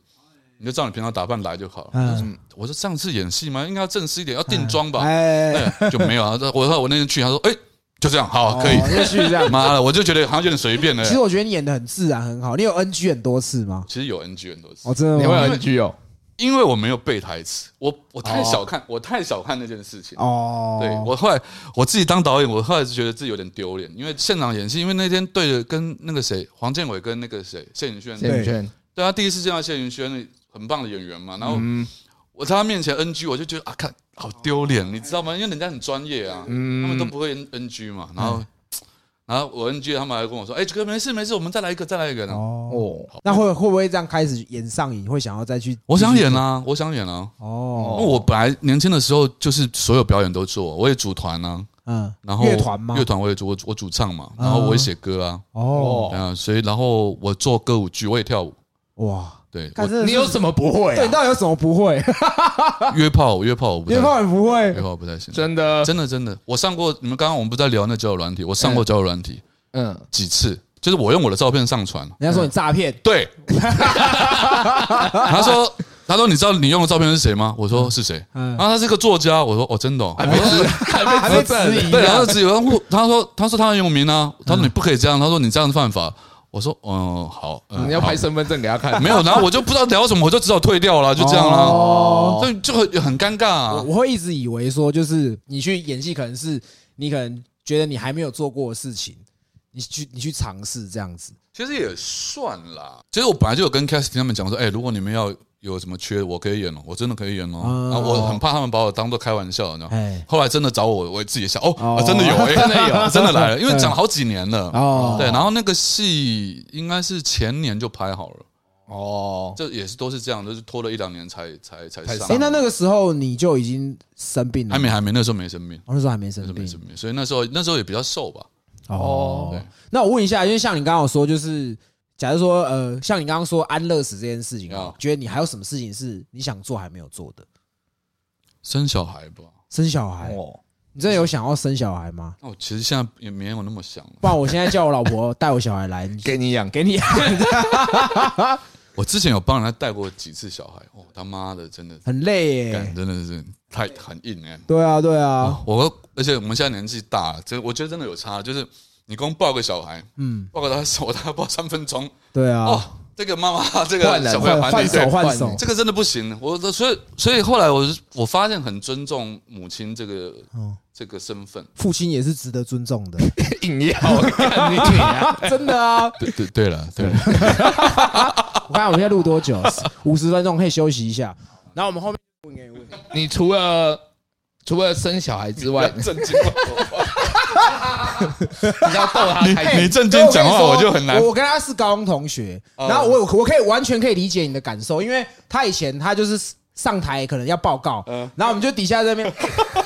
你就照你平常打扮来就好了。嗯我说上次演戏嘛，应该要正式一点，要定妆吧？哎，哎，就没有啊。我我那天去，他说：“哎，就这样，好，可以。”哦哎也许 这样。妈的，我就觉得好像有点随便了其。实我觉得你演的很自然，很好。你有 NG 很多次吗？其实有啊 NG 很多次哦，，真的你吗？会有 NG 哦，因为我没有背台词，我我太小看我太小看那件事情。哦，对我后来我自己当导演，我后来就觉得自己有点丢脸，因为现场演戏，因为那天对着跟那个谁黄建伟跟那个谁谢云轩，谢对宇轩，对啊他第一次见到谢云轩，很棒的演员嘛，然后我在他面前 NG，我就觉得啊，看好丢脸，你知道吗？因为人家很专业啊，他们都不会 NG 嘛，然后然后我 NG，他们还跟我说，哎，这个没事没事，我们再来一个，再来一个，然后哦，哦，那会会不会这样开始演上瘾，会想要再去？我想演啊，我想演啊，哦，因为我本来年轻的时候就是所有表演都做，我也组团啊，嗯，然后乐团吗？乐团我也组，我我主唱嘛，然后我也写歌啊，哦，啊，所以然后我做歌舞剧，我也跳舞，哇，对，看这你有什么不会对，你啊？到底有什么不会？我约炮我约炮哎我不太哎约炮也不会约，炮我不太行，真的，真的真的，我上过你们刚刚我们不是在聊那交友软体，我上过交友软体嗯，几次，就是我用我的照片上传，人家说你诈骗，对， 他说他说你知道你用的照片是谁吗？我说是谁？嗯然后他是个作家，我说哦真的哦，我说还被质疑啊对，然后只 有我他说他说他很有名啊，他嗯说你不可以这样，他说你这样犯法。我说嗯好，嗯你要拍好身份证给他看，没有？然后我就不知道聊什么，我就只好退掉了，就这样啦。哦，所以就很很尴尬我啊。我会一直以为说，就是你去演戏，可能是你可能觉得你还没有做过的事情，你去你去尝试这样子。其实也算啦，其实我本来就有跟 casting 他们讲说，哎，如果你们要有什么缺，我可以演哦，我真的可以演哦。哦啊，我很怕他们把我当做开玩笑，你知道。哎，后来真的找我，我也自己想，哦，哦嗯啊真的有， 哎真的有，真的来了，因为讲了好几年了。哦对，然后那个戏应该是前年就拍好了。哦，这也是都是这样，就是拖了一两年才才才才上。哎，那那个时候你就已经生病了，还没，还没，那时候没生病，我那时候还没那时生候没病生病，所以那时候那时候也比较瘦吧。哦对。那我问一下，因为像你刚刚有说，就是假如说呃，像你刚刚说安乐死这件事情啊啊，觉得你还有什么事情是你想做还没有做的？生小孩吧，生小哎孩，哦，你真的有想要生小孩吗？那我哦其实现在也没有那么想了。不然我现在叫我老婆带我小孩来， 给你养，给你，我之前有帮人家带过几次小孩，哦，他妈的，真的，很累耶干。真的是太很硬哎、对啊，对啊，啊，我而且我们现在年纪大了，真我觉得真的有差，就是你光抱个小孩，嗯，抱个他手，他抱三分钟，对啊，哦，这个妈妈，这换个人小朋友还换没手对换手换，这个真的不行。我所以所以后来我是我发现很尊重母亲这个哦这个身份，父亲也是值得尊重的， 硬 要干你 啊！真的啊！对对对了，对了， 我看我们现在录多久？五十分钟可以休息一下，然后我们后面问给你问。你除了除了生小孩之外，震惊了。你要逗他开 你心。正经讲话，我我跟你说就很难我。我跟他是高中同学，哦然后我有我可以完全可以理解你的感受，因为他以前他就是上台可能要报告，嗯然后我们就底下这边，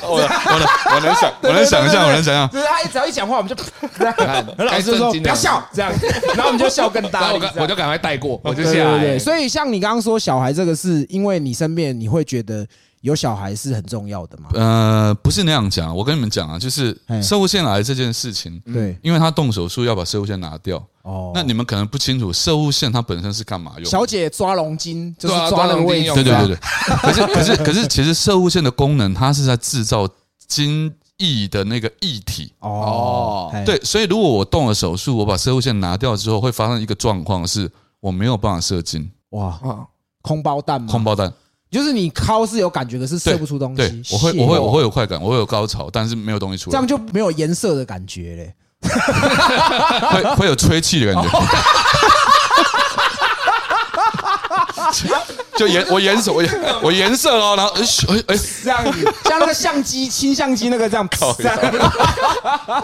我能我能我能想，我能想象，我能想象。就是他只要一讲话，我们就这样，看然后老该师就震说惊不要了笑，这样，然后我们就笑更然大后力我赶这我样。就赶快带过，我就对下对来对，。所以像你刚刚说小孩这个是因为你身边你会觉得有小孩是很重要的嘛？呃，不是那样讲，我跟你们讲啊，就是嘿射物腺癌这件事情，对，因为他动手术要把射物腺拿掉，哦，那你们可能不清楚射物腺它本身是干嘛用的。小姐抓龙筋就是对啊抓那个位置，抓对龙筋对 用对对，可是可是可是，其实射物线的功能，它是在制造精液的那个液体。哦哦，嘿对，所以如果我动了手术，我把射物线拿掉之后，会发生一个状况是，我没有办法射精，哇，啊，空包弹嘛，空包弹。就是你敲是有感觉，可是嗯射对不出东对西。，我会谢我会哦我会有快感，我会有高潮，但是没有东西出这来样，就没有颜色的感觉嘞。会会有吹气的感 觉。就颜我颜色我颜我颜色哦，然后哎咻哎哎，这样子，像那个相机、清相机那个这样，这样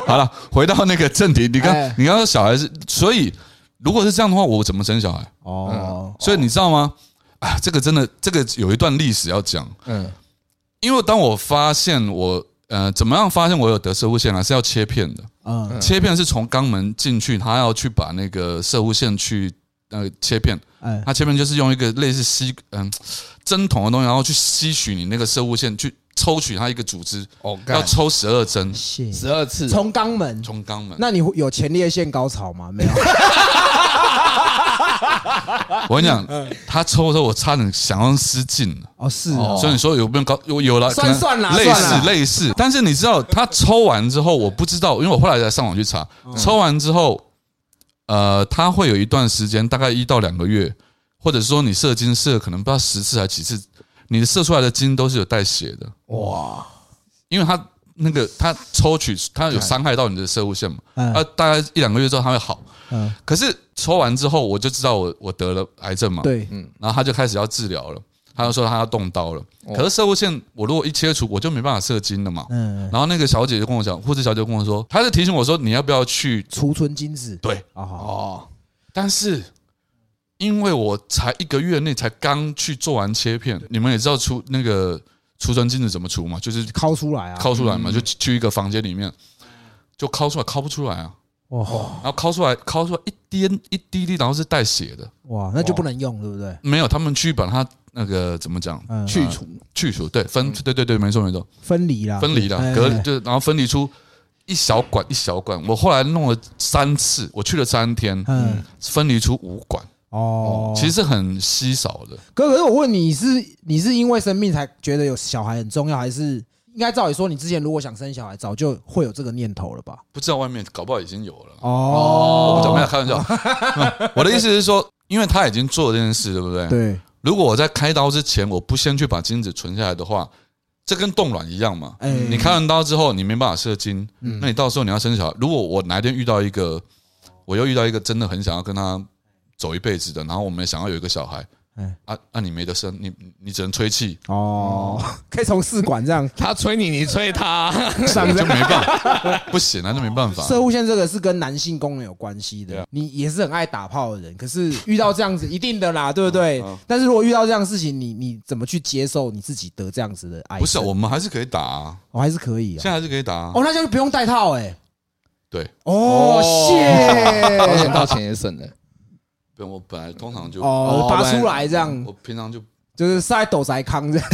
好了，回到那个正题，你刚哎你刚说小孩是，所以如果是这样的话，我怎么生小孩？哦，所以你知道吗？啊，这个真的，这个有一段历史要讲。嗯，因为当我发现我呃，怎么样发现我有得射物腺癌是要切片的，嗯，切片是从肛门进去，他要去把那个射物腺去呃切片，哎，他切片就是用一个类似吸嗯针筒的东西，然后去吸取你那个射物腺，去抽取它一个组织， 哦，要要抽十二针谢十二次，从肛门。从肛门。那你会有前列腺高潮吗？没 有，我跟你讲，嗯他抽的时候我差点想要失禁了。哦，是哦，所以你说有没有高？有有了，算可能算啦类算啦似类似。但是你知道，他抽完之后，我不知道，因为我后来才上网去查，嗯抽完之后，呃，他会有一段时间，大概一到两个月，或者说你射精射可能不知道十次还几次，你射出来的精都是有带血的，哇，因为他那个他抽取，他有伤害到你的射物线嘛，嗯啊，大概一两个月之后他会好。嗯，可是抽完之后，我就知道我我得了癌症嘛，对，然后他就开始要治疗了，他就说他要动刀了。可是射物线我如果一切除，我就没办法射精了嘛。哦嗯，然后那个小姐就跟我讲，护士小姐就跟我说，她就提醒我说你要不要去？储存精子对，啊，好哦，但是因为我才一个月内才刚去做完切片，你们也知道除那个储存精子怎么除嘛，就是掏出来啊，抠出来嘛，就去一个房间里面就抠出来，抠不出来啊。哇然后抠出来，抠出来一滴一滴滴，然后是带血的，哇，那就不能用，对不对？没有，他们去把它那个怎么讲嗯，去除去除，对，分，对对对，没错没错，分离啦，分离哎了，嗯哎隔哎就是然后分离出一小管一小管。我后来弄了三次，我去了三天，嗯，分离出五管，哦，其实是很稀少的。哥，可是我问你是你是因为生病才觉得有小孩很重要，还是应该照理说你之前如果想生小孩，早就会有这个念头了吧？不知道外面搞不好已经有了，哦我怎么样开玩 笑？我的意思是说，因为他已经做了这件事，对不对？对，如果我在开刀之前我不先去把精子存下来的话，这跟冻卵一样嘛。哎，你开完刀之后，你没办法射精，嗯那你到时候你要生小孩。如果我哪一天遇到一个，我又遇到一个真的很想要跟他走一辈子的，然后我们想要有一个小孩，哎啊啊，你没得生，你你你只能吹气，哦， 可以从试管这样他催你，你催他， 上就这没样。办法，不行啊，那没办法。射护腺这个是跟男性功能有关系对的啊，你也是很爱打炮的人，可是遇到这样子一定的啦，对不对嗯嗯？但是如果遇到这样的事情，你你怎么去接受你自己得这样子的癌症？不是，我们还是可以打、啊，我还是可以啊。现在还是可以打、啊哦，。那就不用戴套哎。对，哦，哦谢保。险到钱也省了。不然我本来通常就哦，哦拔出来这样，我平常就 就是晒抖宅康这样。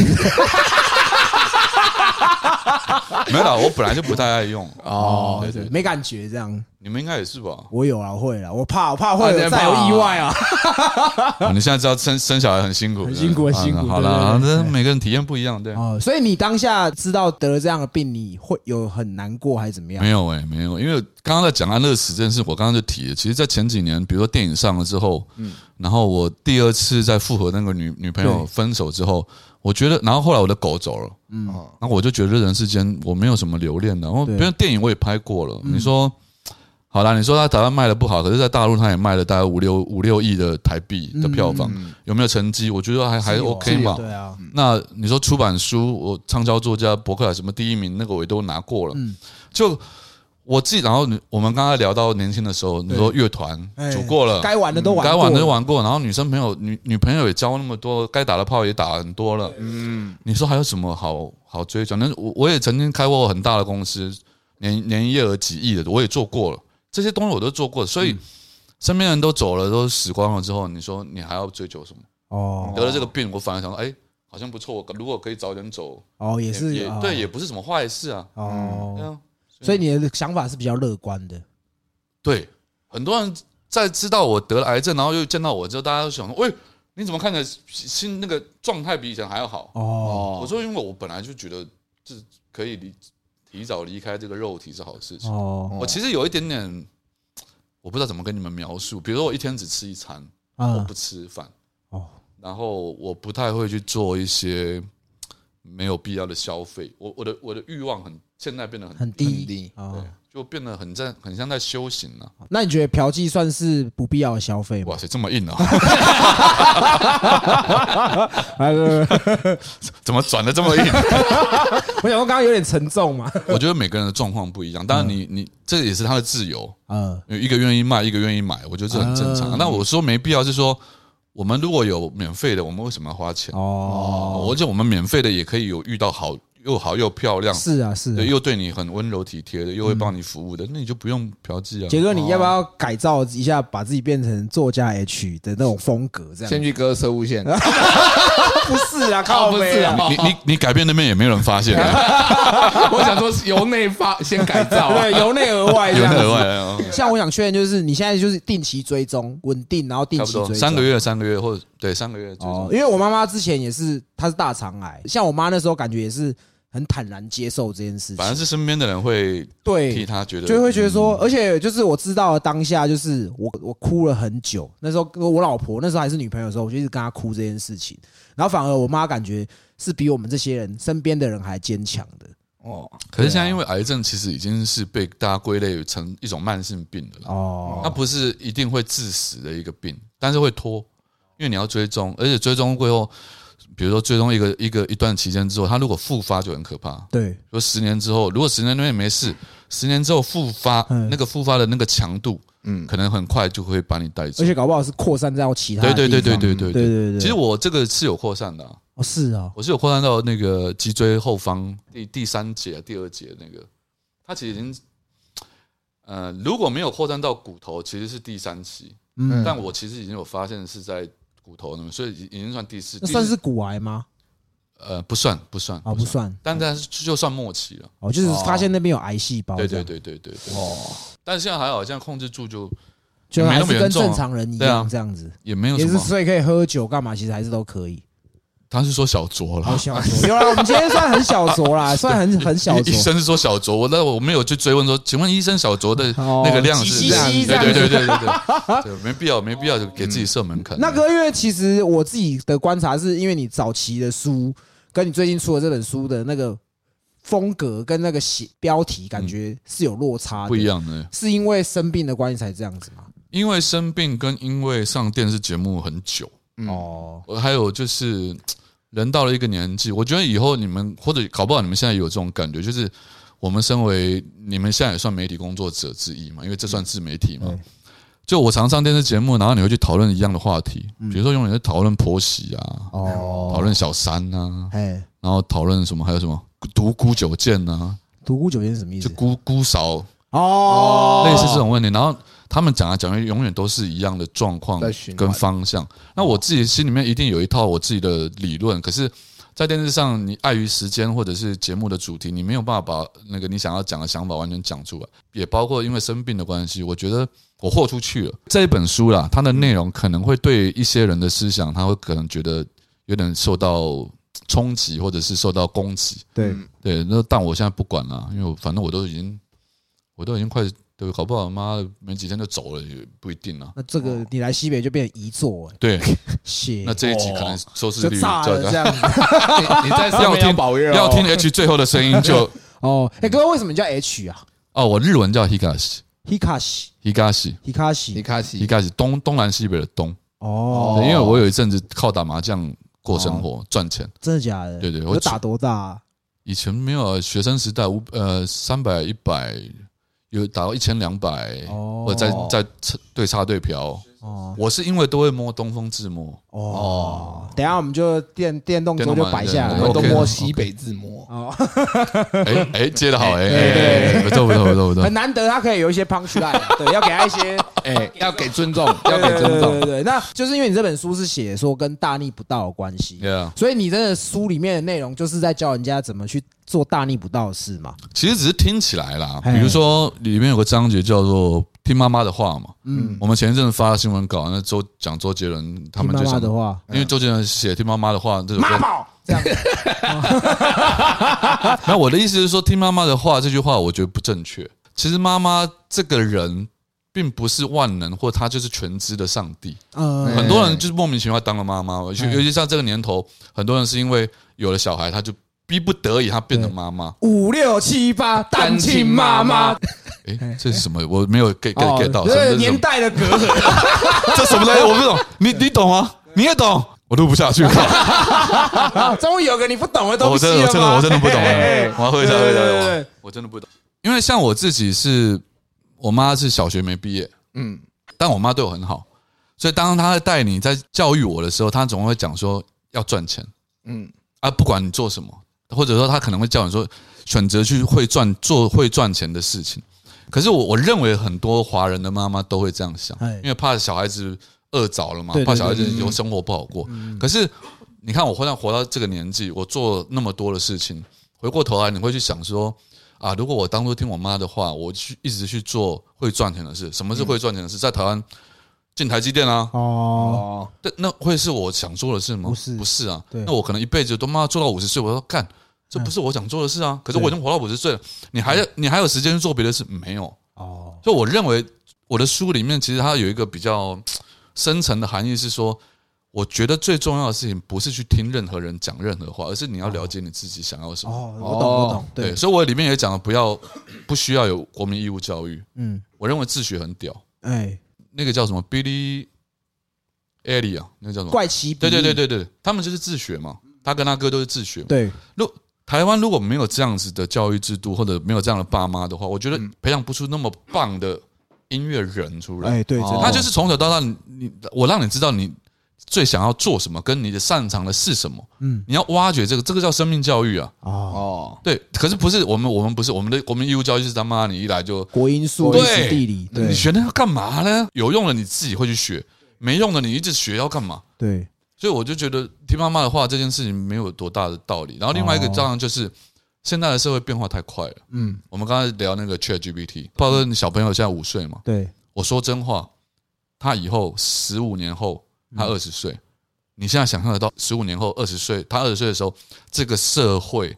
没有啦，我本来就不太爱用。哦哦对，没感觉这样。你们应该也是吧？ 我有啊，我会了，我怕，我怕会啊你有还再怕有啊意外啊。啊你现在知道生生小孩很辛苦，很辛苦很辛苦啊好对对了，对这每个人体验不一样，对。哦，所以你当下知道得了这样的病，你会有很难过还是怎么样没？有哎、没有，因为刚刚在讲安乐死这件事，我刚刚就提了。其实，在前几年，比如说电影上了之后，嗯，然后我第二次在复合那个女女朋友对分手之后，我觉得，然后后来我的狗走了，哦嗯，然后我就觉得人世间我没有什么留恋的。然后对嗯别人电影我也拍过了，你说。好啦，你说他台湾卖的不好，可是，在大陆他也卖了大概五六五六亿的台币的票房，有没有成绩？我觉得还还嗯是有啊 OK 嘛。嗯对啊，那你说出版书，我畅销作家博客什么第一名，那个我也都拿过了。就我自己，然后你我们刚才聊到年轻的时候，你说乐团哎组过了，该玩的都玩，嗯该玩的都。玩过，然后女生朋友、女女朋友也交那么多，该打的炮也打很多了。嗯，你说还有什么好好追求？那我我也曾经开过很大的公司，年年营业额几亿的，我也做过了，这些东西我都做过，所以。身边人都走了，都死光了之后，你说你还要追求什么？哦得了这个病，我反而想到，哎、好像不错。我如果可以早点走，哦，也是也哦对，也不是什么坏事啊。对哦，啊，所以你的想法是比较乐观的。对，很多人在知道我得了癌症，然后又见到我之后，大家都想说，喂，你怎么看起来心那个状态比以前还要好？哦，我说，因为我本来就觉得这可以离提早离开这个肉体是好事情。哦，我其实有一点点，我不知道怎么跟你们描述。比如说，我一天只吃一餐，我嗯不，吃饭，哦，然后我不太会去做一些没有必要的消费。我我的我的欲望很现在变得很很很低低哦对，就变得很在很像在修行了、那你觉得嫖妓算是不必要的消费吗哇？塞，这么硬啊！ 哎呃怎么转的这么硬？ 我想说刚刚有点沉重嘛。我觉得每个人的状况不一样，当然你你这也是他的自由，嗯，有一个愿意卖，一个愿意买，我觉得这很正啊常。那我说没必要是说，我们如果有免费的，我们为什么要花钱？哦，而且我们免费的也可以有遇到好又好又漂亮，是啊，是对，啊。又对你很温柔体贴的，又会帮你服务的，那你就不用嫖妓杰啊。哥，你要不要改造一下，把自己变成作家 H 的那种风格？这先样去割射物 线，不是 啊，哦靠背不是啊你你你改变那边也没有人发现，啊我想说是由内发先改造啊， 对，由内而外这有样很子。额外啊。像我想确认，就是你现在就是定期追踪，稳定，然后定差期不追多踪三个月，三个月或者对三个月最哦终。。因为我妈妈之前也是，她是大肠癌，像我妈那时候感觉也是很坦然接受这件事反正情，是身边的人会替对，他觉得，就会觉得说，而且就是我知道当下就是我我哭了很久，那时候我老婆那时候还是女朋友的时候，我就一直跟她哭这件事情，然后反而我妈感觉是比我们这些人身边的人还坚强的哦，可啊是现在因为癌症其实已经是被大家归类成一种慢性病了啦，哦它不是一定会致死的一个病，但是会拖，因为你要追踪，而且追踪过后，比如说追踪一个一个一段期间之后，它如果复发就很可怕。对，说十年之后，如果十年内没事，十年之后复发，嗯那个复发的那个强度，嗯嗯，可能很快就会把你带走而。且搞不好是扩散到其他对的对对地对方对对对对对，其实我这个是有扩散的啊、哦是啊，我是有扩散到那个脊椎后方第第三节、啊第二节那个，它其实已经，呃，如果没有扩散到骨头，其实是第三期。嗯但我其实已经有发现是在骨头那边，所以已已经算第四。那算第四是骨癌吗？呃，不算，不算，啊，不，算但但是就算末期了。哦，就是发现那边有癌细胞，对对，对对对对。哦，但现在还好，现在控制住就就也没还那么是严跟重啊正常人一对啊样这样子，也没有也什是么。所以可以喝酒干嘛，其实还是都可以。他是说小酌好了。小酌，有啦，我们今天算很小酌啦，算很很哦小医医酌。生是说小酌，我那我没有去追问说，请问医生小酌的哦那个量几是 cc 这样？对这样对对对对对，对没必要没必要就给自己设门槛。嗯那个，因为其实我自己的观察是，因为你早期的书跟你最近出的这本书的那个风格跟那个写标题，感觉是有落差的，不一，样的，是因为生病的关系才这样子吗？因为生病跟因为上电视节目很久，哦，呃还有就是人到了一个年纪，我觉得以后你们或者搞不好你们现在也有这种感觉，就是我们身为你们现在也算媒体工作者之一嘛，因为这算嗯自媒体嘛。就我常上电视节目，然后你会去讨论一样的话题，比如说永远在讨论婆媳啊，嗯哦讨论小三啊，哎，然后讨论什么还有什么独孤九剑啊，独孤九剑是什么意就思？姑姑嫂哦，类似这种问题，然后他们讲来讲去，永远都是一样的状况在循环跟方向。那我自己心里面一定有一套我自己的理论，可是在电视上，你碍于时间或者是节目的主题，你没有办法把那个你想要讲的想法完全讲出来。也包括因为生病的关系，我觉得我豁出去了。这一本书啦，它的内容可能会对一些人的思想，他会可能觉得有点受到冲击，或者是受到攻击。对，对，那但我现在不管了，因为我反正我都已经，我都已经快对，搞不好妈的没几天就走了，也不一定啊。那这个你来西北就变成遗作哎，对，谢那这一集可能收视哦就率炸了就这 样子。 你你在上面要听保佑哦，要听 H 最后的声音就 哦，哎，哥，为什么你叫 H 啊哦，我日文叫 Higashi ？Hikashi Higashi Hikashi 你卡西 Higashi 东东南西北的东，哦对，因为我有一阵子靠打麻将过生活赚钱，真的假的？对对我我打多大啊？以前没有啊学生时代五呃三百一百有打到一千两百，哦或者在在对插对嫖，哦我是因为都会摸东风自 摸，哦，等一下我们就电电动桌就摆下电来动我板都对摸 OK 西北自摸，哦，哎哎接的好哎对对哎，不错不错不错不错很，难得他可以有一些 punch line，对，要给他一些哎，要给尊重，要哎给对尊对重。对，那就是因为你这本书是写说跟大逆不道的关系， Yeah 所以你真的书里面的内容就是在教人家怎么去做大逆不道的事嘛。其实只是听起来啦，嘿比如说里面有个章节叫做“听妈妈的话”嘛，嗯，我们前一阵子发新闻稿，那周讲周杰伦他听们妈就妈想的，话，因为周杰伦写“听妈妈的话”这首歌，宝这样，那我的意思是说，听妈妈的话这句话，我觉得不正确。其实妈妈这个人并不是万能，或她就是全知的上帝。嗯，很多人就是莫名其妙当了妈妈，尤其尤其像这个年头，很多人是因为有了小孩，他就逼不得已，他变成妈妈。五六七八单亲妈妈，哦哎，这是什么？我没有 get get get 到，这是什么这是什嗯年么代的隔 阂，这什么东西？我不懂，你你懂吗？你也懂，我录不下去了，啊终于有个你不懂的东哦我西真的我了吗真的我真的不懂嘿嘿嘿，了我要喝一下，喝对一下，对对我对我真的不懂，因为像我自己是，我妈是小学没毕业，嗯，但我妈对我很好，所以当她在带你在教育我的时候，她总会讲说要赚钱，嗯嗯啊，不管你做什么，或者说她可能会叫你说选择去会赚做会赚钱的事情。可是我我认为很多华人的妈妈都会这样想哎，因为怕小孩子饿着了嘛对，对啊怕小孩子对嗯以后生活不好过。可是你看我活到活到这个年纪，我做那么多的事情，回过头来你会去想说。啊！如果我当初听我妈的话，我去一直去做会赚钱的事。什么是会赚钱的事？在台湾进台积电啊，嗯哦，哦，但那会是我想做的事吗？不是不是啊。对嗯那我可能一辈子都妈做到五十岁，我说干，这不是我想做的事啊。可是我已经活到五十岁了，你还你还有时间去做别的事？没有。哦，所以我认为我的书里面其实它有一个比较深层的含义是说，我觉得最重要的事情不是去听任何人讲任何话，而是你要了解你自己想要什哦，么。我懂我懂，对，对，所以我里面也讲了，不要 不需要有国民义务教育。嗯，我认为自学很屌，哎，那个叫什么 Billy Ellie 啊，那个叫什么？怪奇，对对对，对对，他们就是自学嘛，他跟他哥都是自学嘛。对，台湾如果没有这样子的教育制度，或者没有这样的爸妈的话，我觉嗯得培养不出那么棒的音乐人出来。哎对，真的哦他就是从小到大，你你我让你知道你最想要做什么，跟你的擅长的是什么。嗯，你要挖掘这个，这个叫生命教育啊。哦，哦，对，可是不是我们，我们不是我们的国民义务教育是他妈你一来就国因素、历对史、地理，对你学那要干嘛呢？有用的你自己会去学，没用的你一直学要干嘛？对，所以我就觉得听妈妈的话这件事情没有多大的道理。然后另外一个哦当然就是现在的社会变化太快了。嗯，我们刚才聊那个 ChatGPT，豹哥，你小朋友现在五岁嘛？对，我说真话，他以后十五年后，他二十岁，你现在想象得到十五年后二十岁，他二十岁的时候，这个社会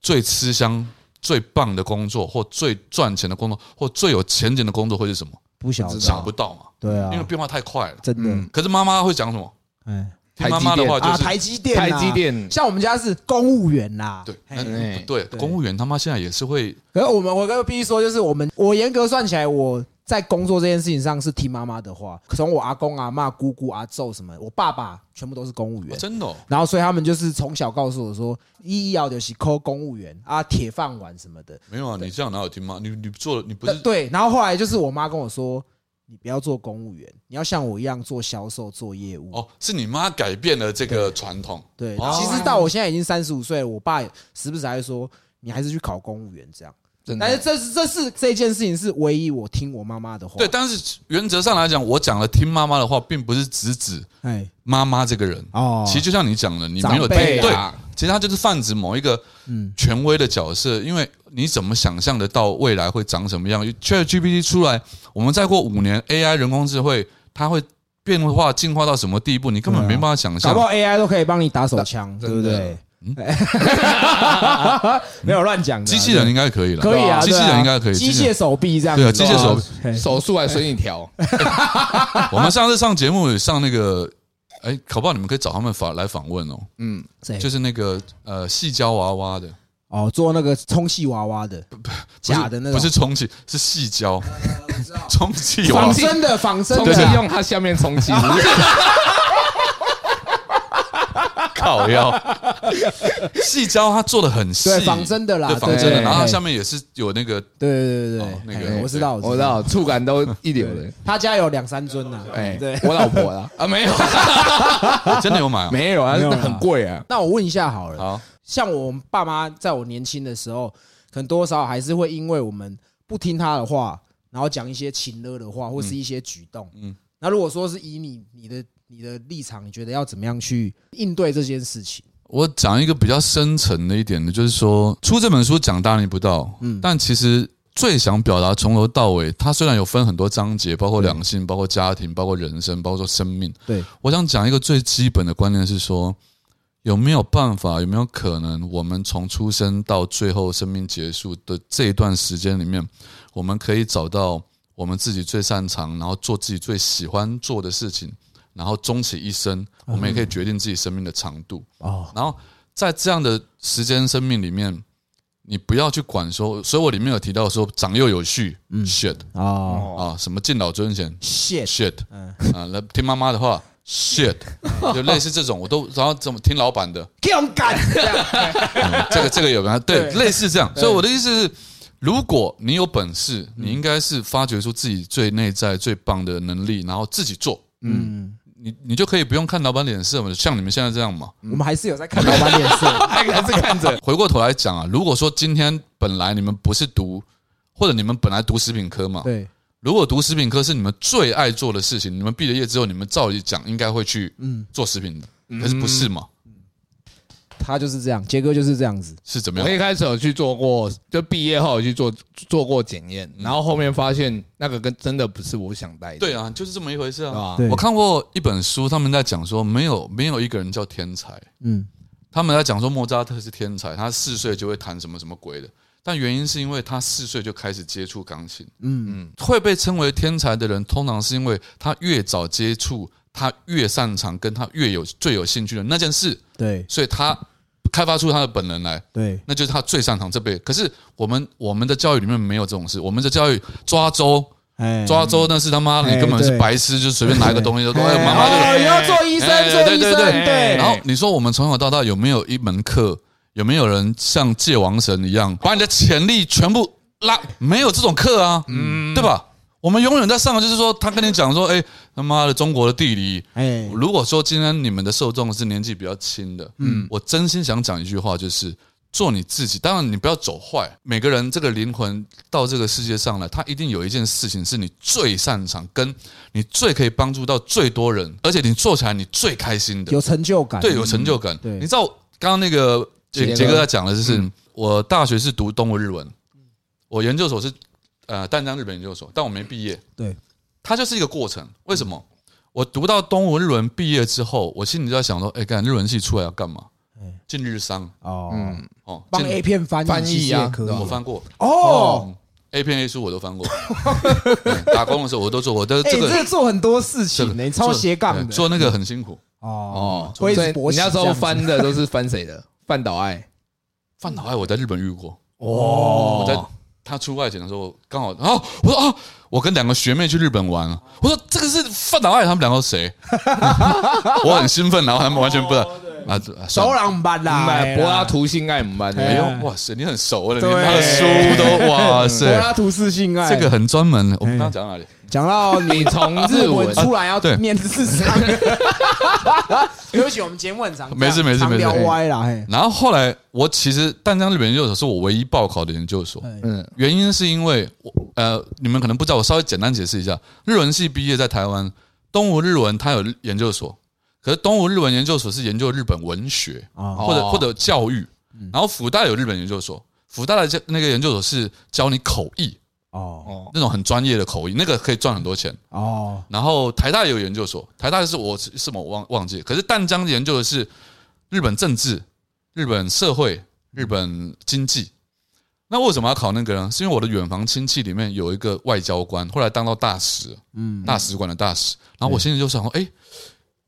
最吃香、最棒的工作，或最赚钱的工作，或最有钱钱的工作会是什么？不晓得，想不到嘛，对啊因为，变化太快了。真嗯的，可是妈妈会讲什么？哎，听妈妈的话啊，就是台积电，台积，电像我们家是公务员啦，对，啊嘿那哎不对，对公务员他妈现在也是会，可是我们，我跟必须说，就是我们，我严格算起来，我在工作这件事情上是听妈妈的话，从我阿公、阿嬷、姑姑、阿昼什么，我爸爸全部都是公务员哦。真的哦然后，所以他们就是从小告诉我说，一一要就是抠公务员啊，铁饭碗什么的。没有啊？你这样哪有听妈？你你做了，你不是呃对，然后后来就是我妈跟我说，你不要做公务员，你要像我一样做销售、做业务。哦？是你妈改变了这个传统。对，哦其实到我现在已经三十五岁了，我爸也时不时还会说，你还是去考公务员这样。真但是哦的，这是这是这件事情是唯一我听我妈妈的话。对，，但是原则上来讲，我讲了听妈妈的话，并不是直指哎，妈妈这个人。哦，其实就像你讲的，你长没有听辈对啊，其实他就是泛指某一个嗯权威的角色，因为你怎么想象得到未来会长什么样？ChatGPT 出来，我们再过五年，AI 人工智慧它会变化进化到什么地步？你根本对啊没办法想搞象不。好 AI 都可以帮你打手枪，对真不的哦对？哎没有乱讲的啊，嗯机器人应该可以了，可以啊，机器对啊人应该可以。机械手臂这样子，哦对啊哦机械手臂嘿手速还随你调，我们上次上节目上那个，哎，搞不好你们可以找他们访来访问哦，嗯，谁就是那个呃细胶娃娃的，哦，做那个充气娃娃的，不是假的那种，不是充气，是细 胶，充气娃仿娃。生的，仿生充的气啊，用它下面充气，烤腰，细胶它做的很细，对仿真的啦对仿真的，对然后它下面也是有那个，对对对对哦那对个嘿，我知道，我知，道触感都一流的。他家有两三尊呐，哎，对。 我老婆啦，啊，没有， 真的有买啊？没有啊，没有啦那很贵啊，那我问一下好了，好，像我爸妈在我年轻的时候，可能多少还是会因为我们不听他的话，然后讲一些情勒的话，或是一些举动。嗯嗯，那如果说是以你你的你的立场，你觉得要怎么样去应对这件事情？我讲一个比较深层的一点的，就是说出这本书讲大逆不道，嗯但其实最想表达从头到尾，它虽然有分很多章节，包括两性，包括家庭，包括人生，包括生命，对，我想讲一个最基本的观念是说，有没有办法，有没有可能，我们从出生到最后生命结束的这一段时间里面，我们可以找到我们自己最擅长，然后做自己最喜欢做的事情，然后终其一生，我们也可以决定自己生命的长度。哦，然后在这样的时间生命里面，你不要去管说，所以我里面有提到说长幼有序、s h i t 嗯哦啊，什么敬老尊贤，shit， shit，啊，嗯来听妈妈的话，shit，就类似这种，我都然后怎么听老板的，嗯勇敢， 这个这个有关，对，对嗯类似这样。所以我的意思是，如果你有本事，你应该是发掘出自己最内在最棒的能力，然后自己做，嗯，你你就可以不用看老板脸色嘛，像你们现在这样嘛。我们还是有在看老板脸色，还还是看着，回过头来讲啊，如果说今天本来你们不是读，或者你们本来读食品科嘛，对，如果读食品科是你们最爱做的事情，你们毕了业之后，你们照理讲应该会去嗯，做食品的，可是不是嘛？他就是这样，杰哥就是这样子，是怎么我啊样？一开始有去做过，就毕业后有去做做过检验，然后后面发现那个跟真的不是我想带的，对啊，就是这么一回事对啊。吧？对我看过一本书，他们在讲说，没有没有一个人叫天才，嗯，他们在讲说莫扎特是天才，他四岁就会弹什么什么鬼的。但原因是因为他四岁就开始接触钢琴，嗯嗯嗯，会被称为天才的人，通常是因为他越早接触，他越擅长，跟他越有最有兴趣的那件事，对所以他开发出他的本能来。对，那就是他最擅长这辈子。可是我们我们的教育里面没有这种事，我们的教育抓周哎抓周那是他妈的哎你根本是对白痴，就随便拿一个东西就说哎妈妈就哦，哎你要做医生，哎做医对对生，对哎对，然后你说我们从小到大有没有一门课，有没有人像界王神一样把你的潜力全部拉？没有这种课啊，嗯，对吧？我们永远在上的就是说，他跟你讲说，哎，他妈的中国的地理。哎，如果说今天你们的受众是年纪比较轻的，嗯，我真心想讲一句话，就是做你自己。当然，你不要走坏。每个人这个灵魂到这个世界上来，他一定有一件事情是你最擅长，跟你最可以帮助到最多人，而且你做起来你最开心的。有成就感，嗯对，有成就感。对你知道刚刚那个杰杰杰哥哥在讲的就是，嗯我大学是读动物日文，我研究所是呃淡江日本研究所，但我没毕业。嗯对，它就是一个过程。为什么？我读到动物日文毕业之后，我心里就在想说，哎，干日文系出来要干嘛哎？进日商哦，嗯，哦，帮进 A 片翻译翻译其实也啊可以对吧我翻过哦。嗯，A 片 A 书我 都翻过，嗯打工的时候我都做过，但是哎，这你个这做很多事这情个呢，你超做斜杠对的做那个很辛苦。哦哦，所挥以之你勃起那时这候样子翻的都是翻谁的？范岛爱范老爱我在日本遇过，哦我在他出外景的时候，刚好，然后我说啊，我跟两个学妹去日本玩，啊我说这个是范岛爱他们两个是谁？ 我很兴奋，然后他们完全不知哦道啊，啊算手了。朗版啦，买哎柏拉啦图性爱姆班哎哎的，呀呦，哇塞，你很熟了，啊你对他的书都哇柏塞，拉图式性爱，这个很专门。哎我们刚刚讲哪里？讲到你你从日日 文文出来要啊对念智商， 对不起，我们节目很长，没事没事常没事哎聊歪了，嘿，然后后来我其实淡江日本研究所是我唯一报考的研究所，嗯，原因是因为我呃，你们可能不知道，我稍微简单解释一下，日文系毕业在台湾，东吴日文它有研究所，可是东吴日文研究所是研究日本文学啊，或者哦或者教育，然后辅大有日本研究所，辅大的教那个研究所是教你口译，哦哦，那种很专业的口译，那个可以赚很多钱。哦然后台大也有研究所，台大是我是是我忘忘记了，可是淡江研究的是日本政治、日本社会、日本经济。那为什么要考那个呢？是因为我的远房亲戚里面有一个外交官，后来当到大使，嗯大使馆的大使。然后我心里就想说，哎、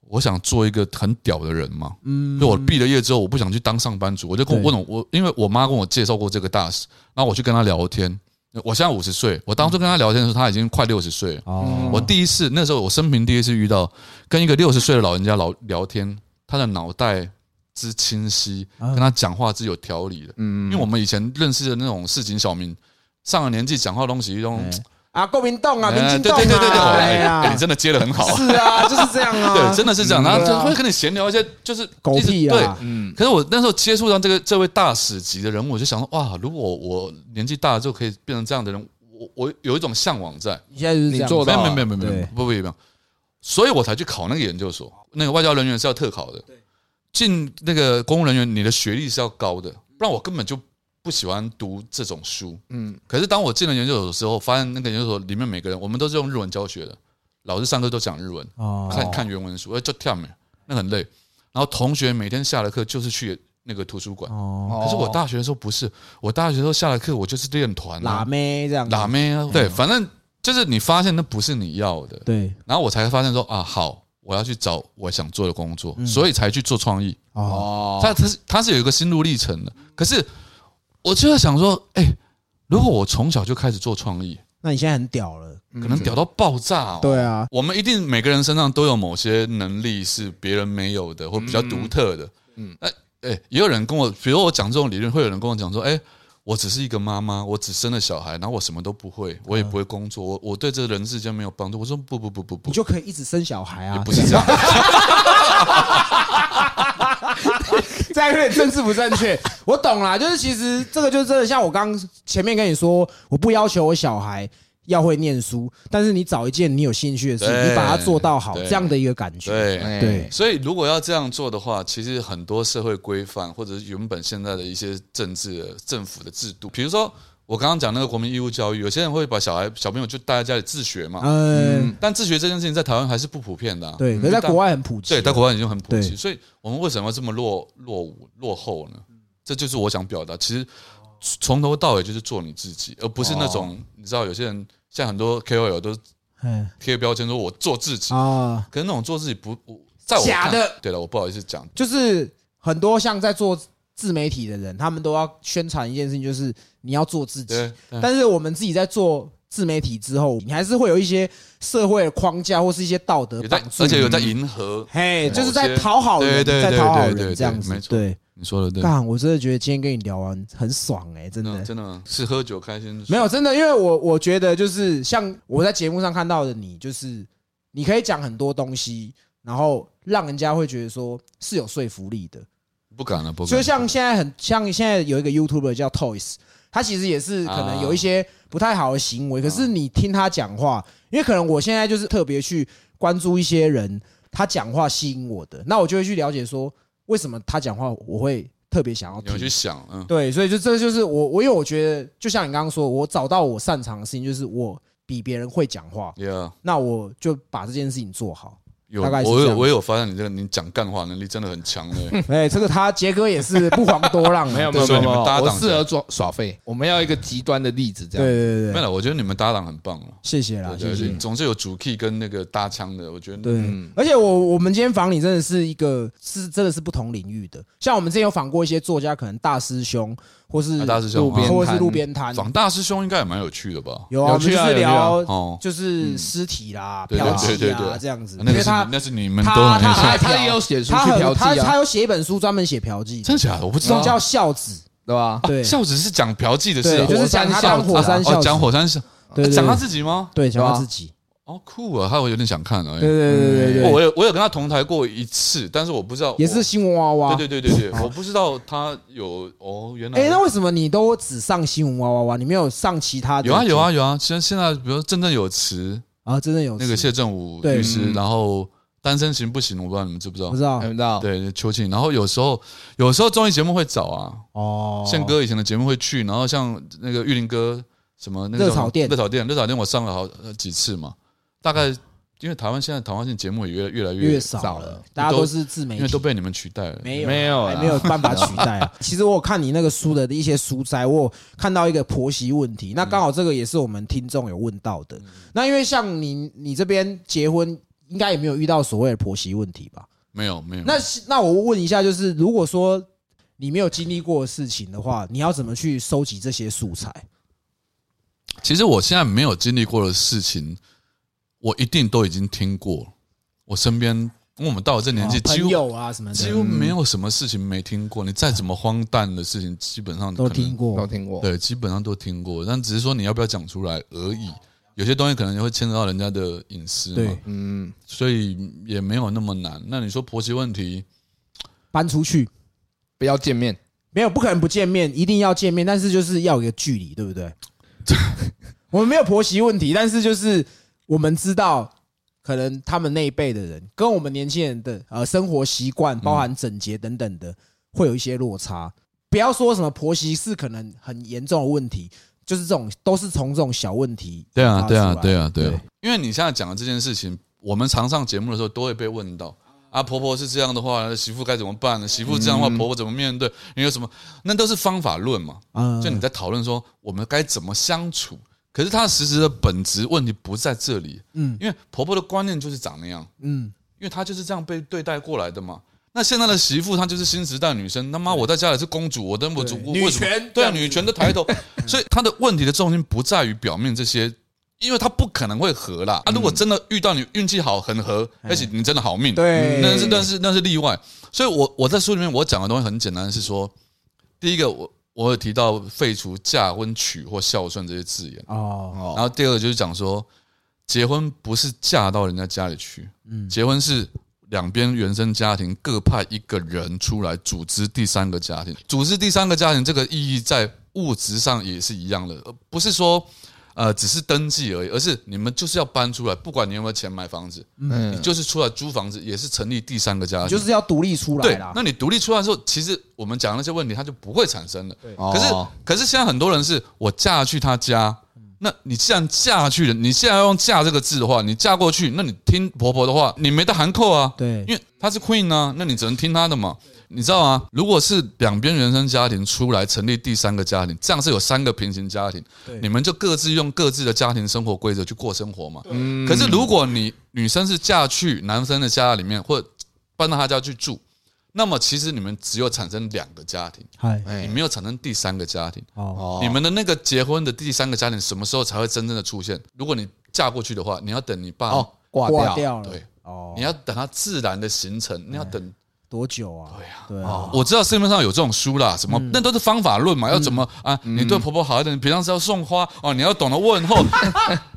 我想做一个很屌的人嘛。嗯所以我毕了业之后，我不想去当上班族，我就跟我对问我我，因为我妈跟我介绍过这个大使，然后我去跟他聊天。我现在五十岁，我当初跟他聊天的时候，他已经快六十岁了。哦我第一次那时候我生平第一次遇到跟一个六十岁的老人家聊聊天，他的脑袋之清晰，嗯跟他讲话之有条理的。嗯因为我们以前认识的那种市井小民，上了年纪讲话东西都哎啊，国民党啊，民哎进对党对对对对，啊，哎哎哎呀你，真的接的很好，是 啊，就是这样啊，对，真的是这样。嗯然后对就啊会跟你闲聊一些，就是狗一直屁对啊，嗯，可是我那时候接触到这个这位大使级的人物，我就想说，哇，如果我年纪大了之后可以变成这样的人，我我有一种向往在。你现在就是这样你做子到没了有没有没有没有没有没对有不不不不，所以我才去考那个研究所。那个外交人员是要特考的，进那个公务人员，你的学历是要高的，不然我根本就不喜欢读这种书。嗯嗯，可是当我进了研究所的时候，发现那个研究所里面每个人，我们都是用日文教学的，老师上课都讲日文，哦看看原文书，哎，就跳没，那很累。然后同学每天下了课就是去那个图书馆。哦，可是我大学的时候不是，我大学的时候下了课我就是练团、啊、辣妹这样，打妹啊，对，反正就是你发现那不是你要的，对然后我才发现说啊，好，我要去找我想做的工作，所以才去做创意。哦哦，它它是它是有一个心路历程的，可是我就在想说，哎，如果我从小就开始做创意，那你现在很屌了，可能屌到爆炸哦。对啊，我们一定每个人身上都有某些能力是别人没有的，或比较独特的。嗯嗯，那哎，也有人跟我，比如我讲这种理论，会有人跟我讲说，哎，我只是一个妈妈，我只生了小孩，然后我什么都不会，我也不会工作，我我对这人世间没有帮助。我说不不不不你不，就可以一直生小孩啊，不是这样， 这样有点政治不正确。我懂啦，就是其实这个就真的像我刚前面跟你说，我不要求我小孩要会念书，但是你找一件你有兴趣的事，对你把它做到好，对这样的一个感觉。对。哎对所以，如果要这样做的话，其实很多社会规范，或者是原本现在的一些政治的政府的制度，比如说我刚刚讲那个国民义务教育，有些人会把小孩小朋友就待在家里自学嘛，嗯，但自学这件事情在台湾还是不普遍的、啊，对，可是在国外很普及。啊对，在国外已经很普及，对所以我们为什么要这么落落伍落后呢？这就是我想表达，其实从头到尾就是做你自己，而不是那哦种、你知道有些人像很多 KOL 都嗯贴标签说我做自己，啊，可是那种做自己不，我在我假看的。对了，我不好意思讲，就是很多像在做自媒体的人，他们都要宣传一件事情，就是你要做自己。对，对但是我们自己在做自媒体之后，你还是会有一些社会的框架或是一些道德有在绑，住而且有你在迎合。嘿，某就是在些讨好人，对对在对讨好对人对这样对子没。错对，你说的对，干，我真的觉得今天跟你聊完很爽哎、真嗯的。真的吗是喝酒开心，没有真的，因为我我觉得就是像我在节目上看到的你，就是你可以讲很多东西，然后让人家会觉得说是有说服力的。不敢了，不敢就了。像现在很像现在有一个 YouTuber 叫 Toys，他其实也是可能有一些不太好的行为，可是你听他讲话，因为可能我现在就是特别去关注一些人，他讲话吸引我的，那我就会去了解说为什么他讲话我会特别想要你要去听。想，嗯，对，所以就这就是我我因为我觉得就像你刚刚说，我找到我擅长的事情，就是我比别人会讲话， yeah。那我就把这件事情做好。有，大概是我这有样我有发现你这个你讲干话能力真的很强的，哎，这个他杰哥也是不遑多让啊，没有没对有没所以有，你没们有搭档我是适合耍耍废，我们要一个极端的例子，这对样对没对，了，我觉得你们搭档很棒了，谢谢啦，对谢对谢对，。总是有主 key 跟那个搭腔的，我觉得对，嗯而且我我们今天访你真的是一个是真的是不同领域的，像我们之前有访过一些作家，可能大师兄或是啊大师兄路边或者是摊路边摊，仿大师兄应该也蛮有趣的吧？有啊，我有们趣就啊是有聊哦，就是尸体啦、对嫖对妓对对啊对这样子，因那为个是他那是你们他都很他有他还他嫖也有写出他去嫖很他妓他啊，有写一本书专门写嫖妓的，真假的我不哦知就道，叫孝子，对吧？对孝子是讲嫖妓的事对，啊，就是讲他当火火山山孝子哦，讲，火山是对对讲他对自己吗？对讲他对啊自己，哦，酷啊，还我有点想看而对对对对对对，我有我有跟他同台过一次，但是我不知道也是。新闻娃我娃。对对对对对，我不知道他有哦，原来哎，那为什么你都只上新闻娃娃娃，你没有上其他的？有啊有啊有啊，现现在比如说振振有词，啊，真的有那个事谢振武对律师，嗯然后单身行不行？我不知道你们知不知道不。知道看不到。对，秋庆。然后有时候有时候综艺节目会找啊，哦。宪哥以前的节目会去，然后像那个玉林哥什么那个热炒店热炒店，热炒店我上了好呃几次嘛，大概因为台湾现在台湾性节目也越来越来越少少了了，大家都都是自媒因为都体，被你们取代了。没有啊没有还啦没有办法取代。啊其实我有看你那个书的一些书摘，我有看到一个婆媳问题，那刚好这个也是我们听众有问到的。那因为像你你这边结婚，应该也没有遇到所谓的婆媳问题吧？没有没有，那是那我问一下，就是如果说你没有经历过的事情的话，你要怎么去收集这些素材？其实我现在没有经历过的事情，我一定都已经听过。我身边，因为我们到了这年纪，哦嗯几朋乎友啊什么几的乎没有什么事情没听过。你再怎么荒诞的事情，基本上都可能听过都。听过，对，基本上都听过，但只是说你要不要讲出来而已。有些东西可能会牵扯到人家的隐私嘛对，，嗯，所以也没有那么难。那你说婆媳问题，搬出去不要见面，没有不可能不见面，一定要见面，但是就是要有一个距离，对不 对？我们没有婆媳问题，但是就是我们知道，可能他们那一辈的人跟我们年轻人的呃生活习惯，包含整洁等等嗯的，会有一些落差。不要说什么婆媳是可能很严重的问题，就是这种都是从这种小问题对啊，发对啊，出来对啊，对对啊，因为你现在讲的这件事情，我们常上节目的时候都会被问到。啊，婆婆是这样的话，媳妇该怎么办呢？媳妇这样的话，婆婆怎么面对？你有什么？那都是方法论嘛。嗯就你在讨论说我们该怎么相处，可是它实质的本质问题不在这里。嗯因为婆婆的观念就是长那样。嗯，因为她就是这样被对待过来的嘛。那现在的媳妇她就是新时代女生，他妈我在家里是公主，我跟我主顾对为什么女权对啊，这样子女权的 抬头，所以她的问题的重心不在于表面这些，因为她不可能会合啦。啊，如果嗯真的遇到你运气好很合，而且你真的好命，对但是但是那是例外。所以我我在书里面我讲的东西很简单，是说第一个我我有提到废除嫁婚娶或孝顺这些字眼，哦，哦然后第二个就是讲说，结婚不是嫁到人家家里去，嗯结婚是两边原生家庭各派一个人出来组织第三个家庭，组织第三个家庭这个意义在物质上也是一样的，呃不是说呃只是登记而已，而是你们就是要搬出来，不管你有没有钱买房子，嗯你，就是出来租房子，也是成立第三个家庭，就是要独立出来对啦。。那你独立出来之后，其实我们讲的那些问题它就不会产生了。可是哦，可是现在很多人是我嫁去他家，嗯那你既然嫁去了，你现在要用“嫁”这个字的话，你嫁过去，那你听婆婆的话，你没得含扣啊，对因为她是 queen 啊，那你只能听她的嘛。你知道啊，如果是两边原生家庭出来成立第三个家庭，这样是有三个平行家庭对，你们就各自用各自的家庭生活规则去过生活嘛。嗯可是如果你女生是嫁去男生的家里面，或者搬到他家去住，那么其实你们只有产生两个家庭，嗨，哎你没有产生第三个家庭。哦，哦你们的那个结婚的第三个家庭什么时候才会真正的出现？如果你嫁过去的话，你要等你爸，哦挂挂掉，掉了，对，哦你，要等他自然的形成，你要等。多久啊？对啊，对啊，哦我知道市面上有这种书啦，什么嗯那都是方法论嘛，要怎么啊？你对婆婆好一点，你平常是要送花哦，你要懂得问 候。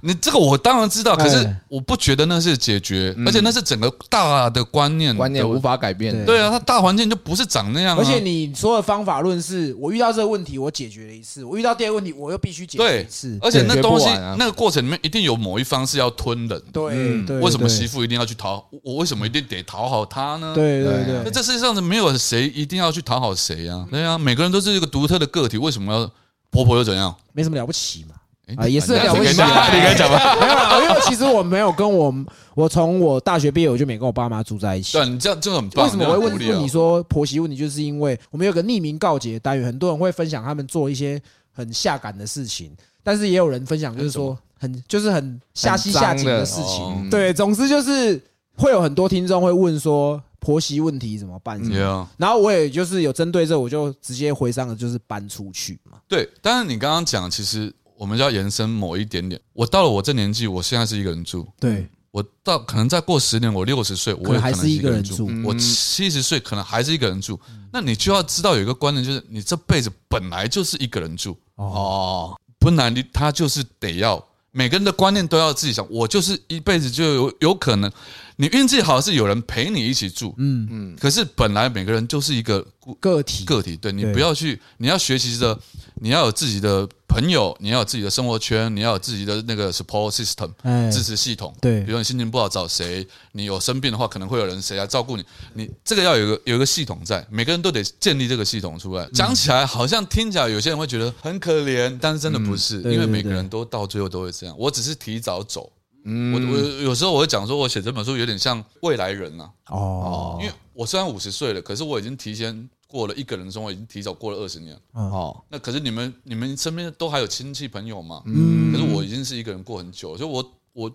你这个我当然知道，可是哎我不觉得那是解决，而且那是整个大的观念的嗯观念无法改变，对对啊，它大环境就不是长那样啊。而且你说的方法论是，我遇到这个问题，我解决了一次；我遇到第二个问题，我又必须解决对一嗯次，。而且那东西解决不完啊那个过程里面一定有某一方是要吞忍的。对对，为什么媳妇？妇一定要去讨我？我为什么一定得讨好她呢？，对对对那对，这世界上没有谁一定要去讨好谁呀、对呀、每个人都是一个独特的个体，为什么要婆婆又怎样？没什么了不起嘛。诶啊也是了不你起可以讲吧，你可以讲啊吧。没有啦，因为其实我没有跟我，我从我大学毕业我就没跟我爸妈住在一起。对，你这样这样很棒。为什么我会问这问样很独你立啊？说婆媳问题？就是因为我们有个匿名告解的单元，很多人会分享他们做一些很下感的事情，但是也有人分享就是说很就是很下西下井的事很脏情。的哦对，总之就是会有很多听众会问说婆媳问题怎么办什么 Yeah 然后我也就是有针对这，我就直接回上了，就是搬出去嘛。对，但是你刚刚讲，其实我们就要延伸某一点点。我到了我这年纪，我现在是一个人住。对，我到可能再过十年，我六十岁，我可也能还能是一个个人住。住。嗯我七十岁可能还是一个人住，那你就要知道有一个观念，就是你这辈子本来就是一个人住，哦，不然你他就是得要每个人的观念都要自己想。我就是一辈子就有有可能，你运气好是有人陪你一起住，嗯，可是本来每个人就是一个个个体，个体，对你对不要去，你要学习着，你要有自己的朋友，你要有自己的生活圈，你要有自己的那个 support system 哎支持系统。对比如你心情不好找谁，你有生病的话，可能会有人谁来照顾你，你这个要有一个有一个系统在，每个人都得建立这个系统出嗯来。讲起来好像听起来有些人会觉得很可怜，但是真的不是，嗯对因为对每个对人都到最后都会这样。我只是提早走，我嗯，我有时候我会讲说，我写这本书有点像未来人啊呐、哦因为我虽然五十岁了，可是我已经提前过了一个人生活，已经提早过了二十年。哦，那可是你们你们身边都还有亲戚朋友嘛？嗯可是我已经是一个人过很久了，所以我我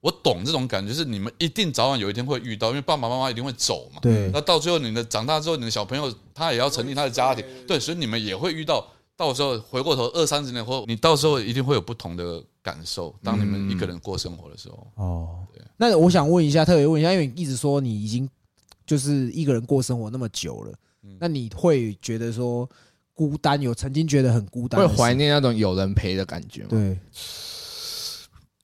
我懂这种感觉，就是你们一定早晚有一天会遇到，因为爸爸妈妈一定会走嘛。对那到最后你的长大之后，你的小朋友他也要成立他的家庭，嗯对，所以你们也会遇到。到时候回过头二三十年后，你到时候一定会有不同的感受。当你们一个人过生活的时候，哦，那我想问一下，特别问一下，因为你一直说你已经就是一个人过生活那么久了，嗯那你会觉得说孤单？有曾经觉得很孤单会的事？怀念那种有人陪的感觉吗？对，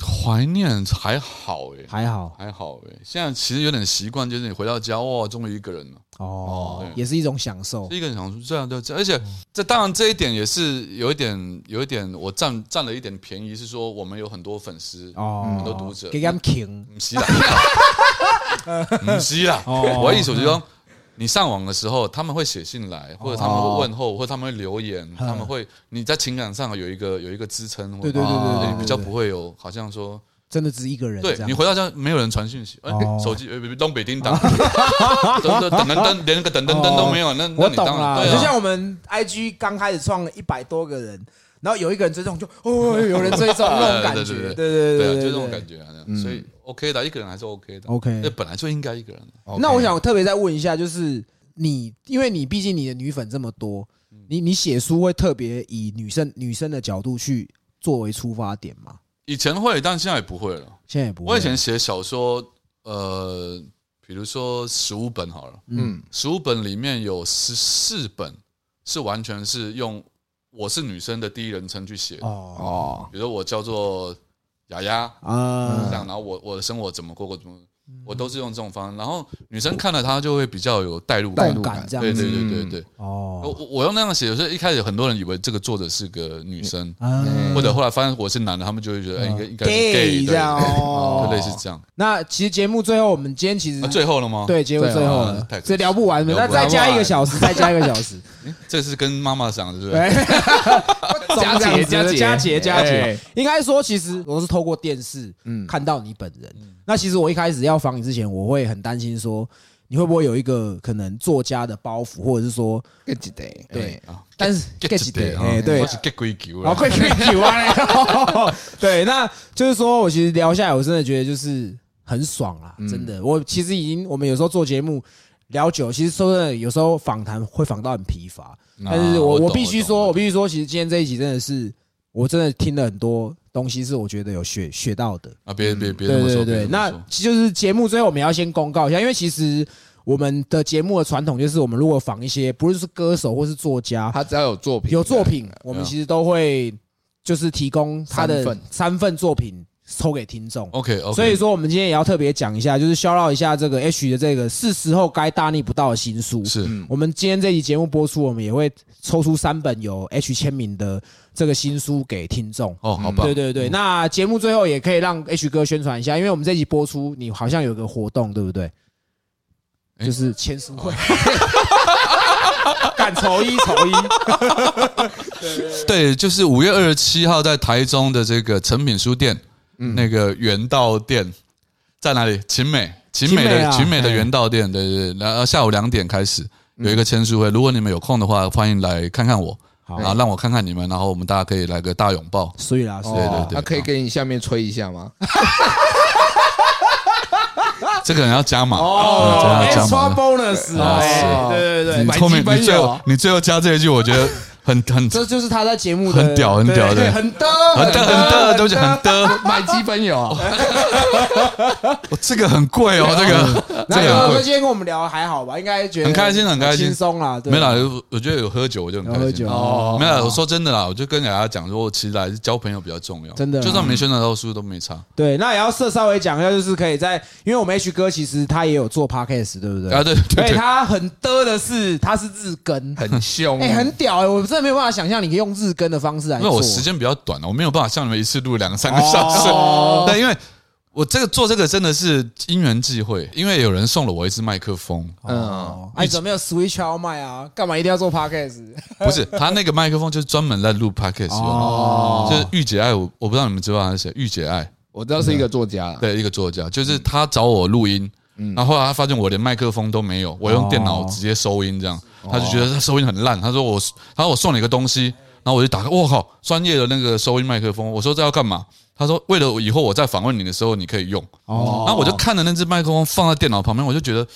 怀念还好诶、还好还好诶、现在其实有点习惯，就是你回到家，哇，终于一个人了。哦对，也是一种享受是一个人想说这样对啊这样，而且这当然这一点也是有一点有一点我占占了一点便宜，是说我们有很多粉丝，哦，很多嗯读者给他们停 不是啦，不是啦，哦我的意思就是说。你上网的时候，他们会写信哦来，或者他们会问候，或者他们会留言，他们会你在情感上有一个有一个支撑，嗯啊对对对对对你对比较对不会有好像说，真的只是一个人对这样你回到家没有人传讯息，哎哦，手机呃东北叮当，等等等等，连个等等等都没有，那那哦我你懂当然啦，对啊就像我们 IG 刚开始创了一百多个人，然后有一个人追踪就哦，有人追踪那种感觉，对 对对对对啊，对，就这种对嗯哦感觉啊，所以 OK 的，一个人还是 OK 的。 OK 那本来就应该一个人。 OK 那我想特别再问一下，就是你，因为你毕竟你的女粉这么多，嗯你你写书会特别以女生女生的角度去作为出发点吗？以前会，但现在也不会了。现在也不会。我以前写小说，呃，比如说十五本好了，嗯，十五本里面有十四本是完全是用我是女生的第一人称去写的，哦哦，比如说我叫做雅雅，啊嗯这样，然后我我的生活怎么过，我怎么，我都是用这种方式。然后女生看了她就会比较有代入代代感入入感感这对样对子对对对。我哦，我我用那样写，有时候一开始很多人以为这个作者是个女生，嗯或者后来发现我是男的，他们就会觉得哎，应该应该是 gay gay 这 样对对哦，对就类似这样。那其实节目最后，我们今天其啊，实最后了吗？，对节目最后对啊了太，可惜这聊不完的，聊那不完再加一个小时，再加一个小时，这是跟妈妈讲的，对不对？对，加节加节加节加节哎，应该说，其实我是透过电视嗯看到你本人。那其实我一开始要访你之前，我会很担心说你会不会有一个可能作家的包袱，或者是说，个几 day，对啊但是 get 对，的，哎对我，是 get 鬼球好啊。快 get 啊！ 对，那就是说我其实聊下来，我真的觉得就是很爽啊，真的。我其实已经，我们有时候做节目。聊久，其实说真的，有时候访谈会访到很疲乏，但是我、啊我懂必须懂说，我懂必须说，其实今天这一集真的是，我真的听了很多东西，是我觉得有学学到的。啊，别别别这对么对说，对，别这么那说其实就是节目最后我们要先公告一下，因为其实我们的节目的传统就是，我们如果访一些不论是歌手或是作家，他只要有作品，有 作啊品，我们其实都会就是提供他三的份三份作品抽给听众。 OK 哦 OK，所以说，我们今天也要特别讲一下，就是消绕一下这个 H 的这个是时候该大逆不道的新书。是我们今天这期节目播出，我们也会抽出三本有 H 签名的这个新书给听众。哦，好棒对，对对，那节目最后也可以让 H 哥宣传一下，因为我们这集播出，你好像有个活动，对不对？诶哦就是签书会，赶筹一筹一，对，就是五月二十七号在台中的这个诚品书店，嗯那个原道店在哪里？秦美，秦秦美美的啊秦美的哎嗯原道店，对对对。然后下午两点开始有一个签书会，如果你们有空的话，欢迎来看看我，好然后让我看看你们，然后我们大家可以来个大拥抱。所以啦，所以对对哦对他可以给你下面吹一下吗？这个人要加码哦嗯这个人要加，extra 码。 bonus 啊哎是对对对你买后积面分你最有后啊你最后加这一句，我觉得很 很这就是他在节目的很屌很屌对对很的很的很的，对不起很的，买鸡朋友啊，我这个很贵哦，这个这 那个有很哥贵。今天跟我们聊还好吧？应该觉得很开心很开心轻松啦。对没啦，我我觉得有喝酒我就很有开喝心酒了。哦没有，我说真的啦，我就跟大家讲说，其实还是交朋友比较重要。真的啊就算没宣传到书都没差。对，那也要稍稍微讲一下，就是可以在，因为我们 H 哥其实他也有做 podcast，对不对？啊，对所对以哎对，他很的的是，他是日更，很凶哎、很屌哎、我真的没有办法想象你可以用日更的方式来因做。为我时间比较短啊了，我没有办法像你们一次录两三个小时。哦 对，因为我这个做这个真的是因缘际会，因为有人送了我一支麦克风，嗯，哎，怎么没有 Switch 要卖啊？干嘛一定要做 podcast？ 不是他那个麦克风就是专门在录 podcast 用哦的，就是御姐爱，我我不知道你们知不知道他是谁，御姐爱。我知道是一个作家，对，一个作家，就是他找我录音，然后后来他发现我连麦克风都没有，我用电脑直接收音这样，哦他就觉得他收音很烂，他说我，他说我送你一个东西，然后我就打开，我靠，专业的那个收音麦克风，我说这要干嘛？他说为了以后我再访问你的时候你可以用，哦，然后我就看着那只麦克风放在电脑旁边，我就觉得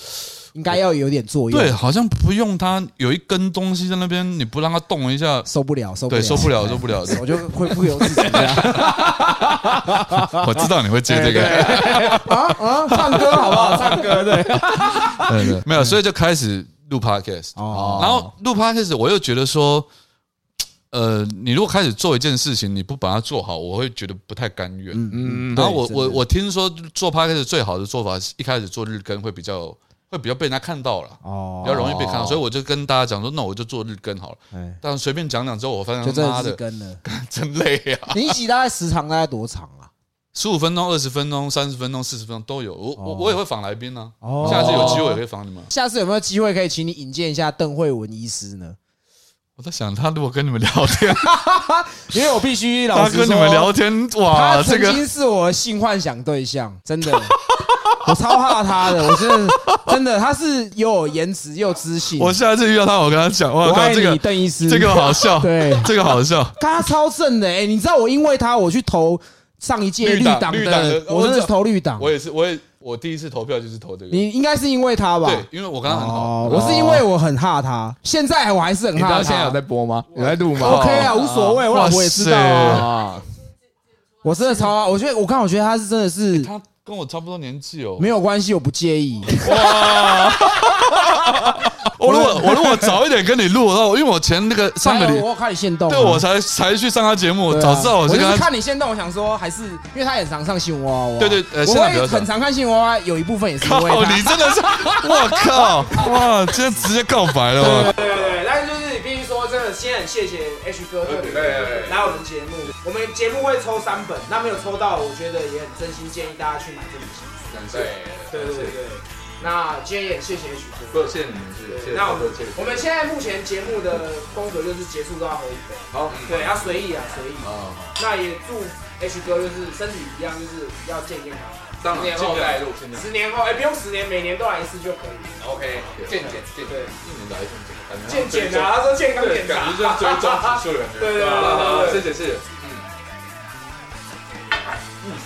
应该要有点作用，啊对，，好像不用它有一根东西在那边，你不让它动一下，受不了，受不了，对，受不了，受不了， 我就会不由自主这样我知道你会接这个。啊，唱歌好不好？唱歌对，没有，所以就开始录 podcast。哦哦，然后录 podcast，我又觉得说，呃，你如果开始做一件事情，你不把它做好，我会觉得不太甘愿。嗯，然后我对我真的我听说做 podcast 最好的做法是一开始做日更会比较会比较被人家看到了，哦比较容易被看到，所以我就跟大家讲说，那我就做日更好了。哎，但随便讲讲之后，我发就现真妈的是日的更了。 真累呀，你一集大概时长大概多长啊？十五分钟、二十分钟、三十分钟、四十分钟都有。我我我也会访来宾呢，哦下次有机会也会访你们。下次有没有机会可以请你引荐一下邓慧文医师呢？我在想，他如果跟你们聊 天，因为我必须老他实说，跟你们聊天，哇，他哦这曾个经是我的性幻想对象，真的， 我超怕他的，我真的真的，他是又有颜值又知性，我我下次遇到他，我跟他讲，哇靠，爱这你，个邓医师，这个好笑，对，这个好笑，干他超正的，哎，你知道我因为他我去投上一届绿党党绿党的的，我真的是投绿党，我也是，我也我第一次投票就是投这个，你应该是因为他吧？对，因为我跟他很好，哦，我是因为我很怕他，现在我还是很你知怕道现在有他在。播吗？有在录吗 OK 啊，无所谓，我老婆也知道啊哇。啊，我真的超爱，我觉得我刚好觉得他是真的是他跟我差不多年纪哦，没有关系，我不介意。我哦如果我如果早一点跟你录，然后因为我前那个上个哎礼，我看你现动啊，对我才才去上他节目，对啊早知道我我是就跟是他，看你现动，我想说还是因为他也常上新闻娃娃，对对呃我现在比较会少很常看新闻娃娃，有一部分也是因为靠，他。你真的是，我靠，哇，今天直接告白了哇。对对对，但是就是必须说，真的先很谢谢 H 哥特别来我们节目，我们节目会抽三本，那没有抽到，我觉得也很真心建议大家去买这本书。对对对对，那今天也谢谢 H 哥。谢谢你们，谢对，谢，那我们谢谢我们现在目前节目的风格就是结束都要喝一杯，好，对，要随意啊随意。那也祝 H 哥就是身体一样，就是要健健康康。当然十年尽后量来录尽量十年后哎，不用十年，每年都来一次就可以。 ，OK，健检，健检，一年来一健次检啊，他说健康检对，查感。觉就是追踪指数的感觉。对对对好好好对谢谢对谢谢。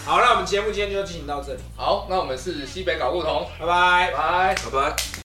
好，那我们节目今天就进行到这里，好，那我们是西北搞不同，拜拜。拜拜拜拜。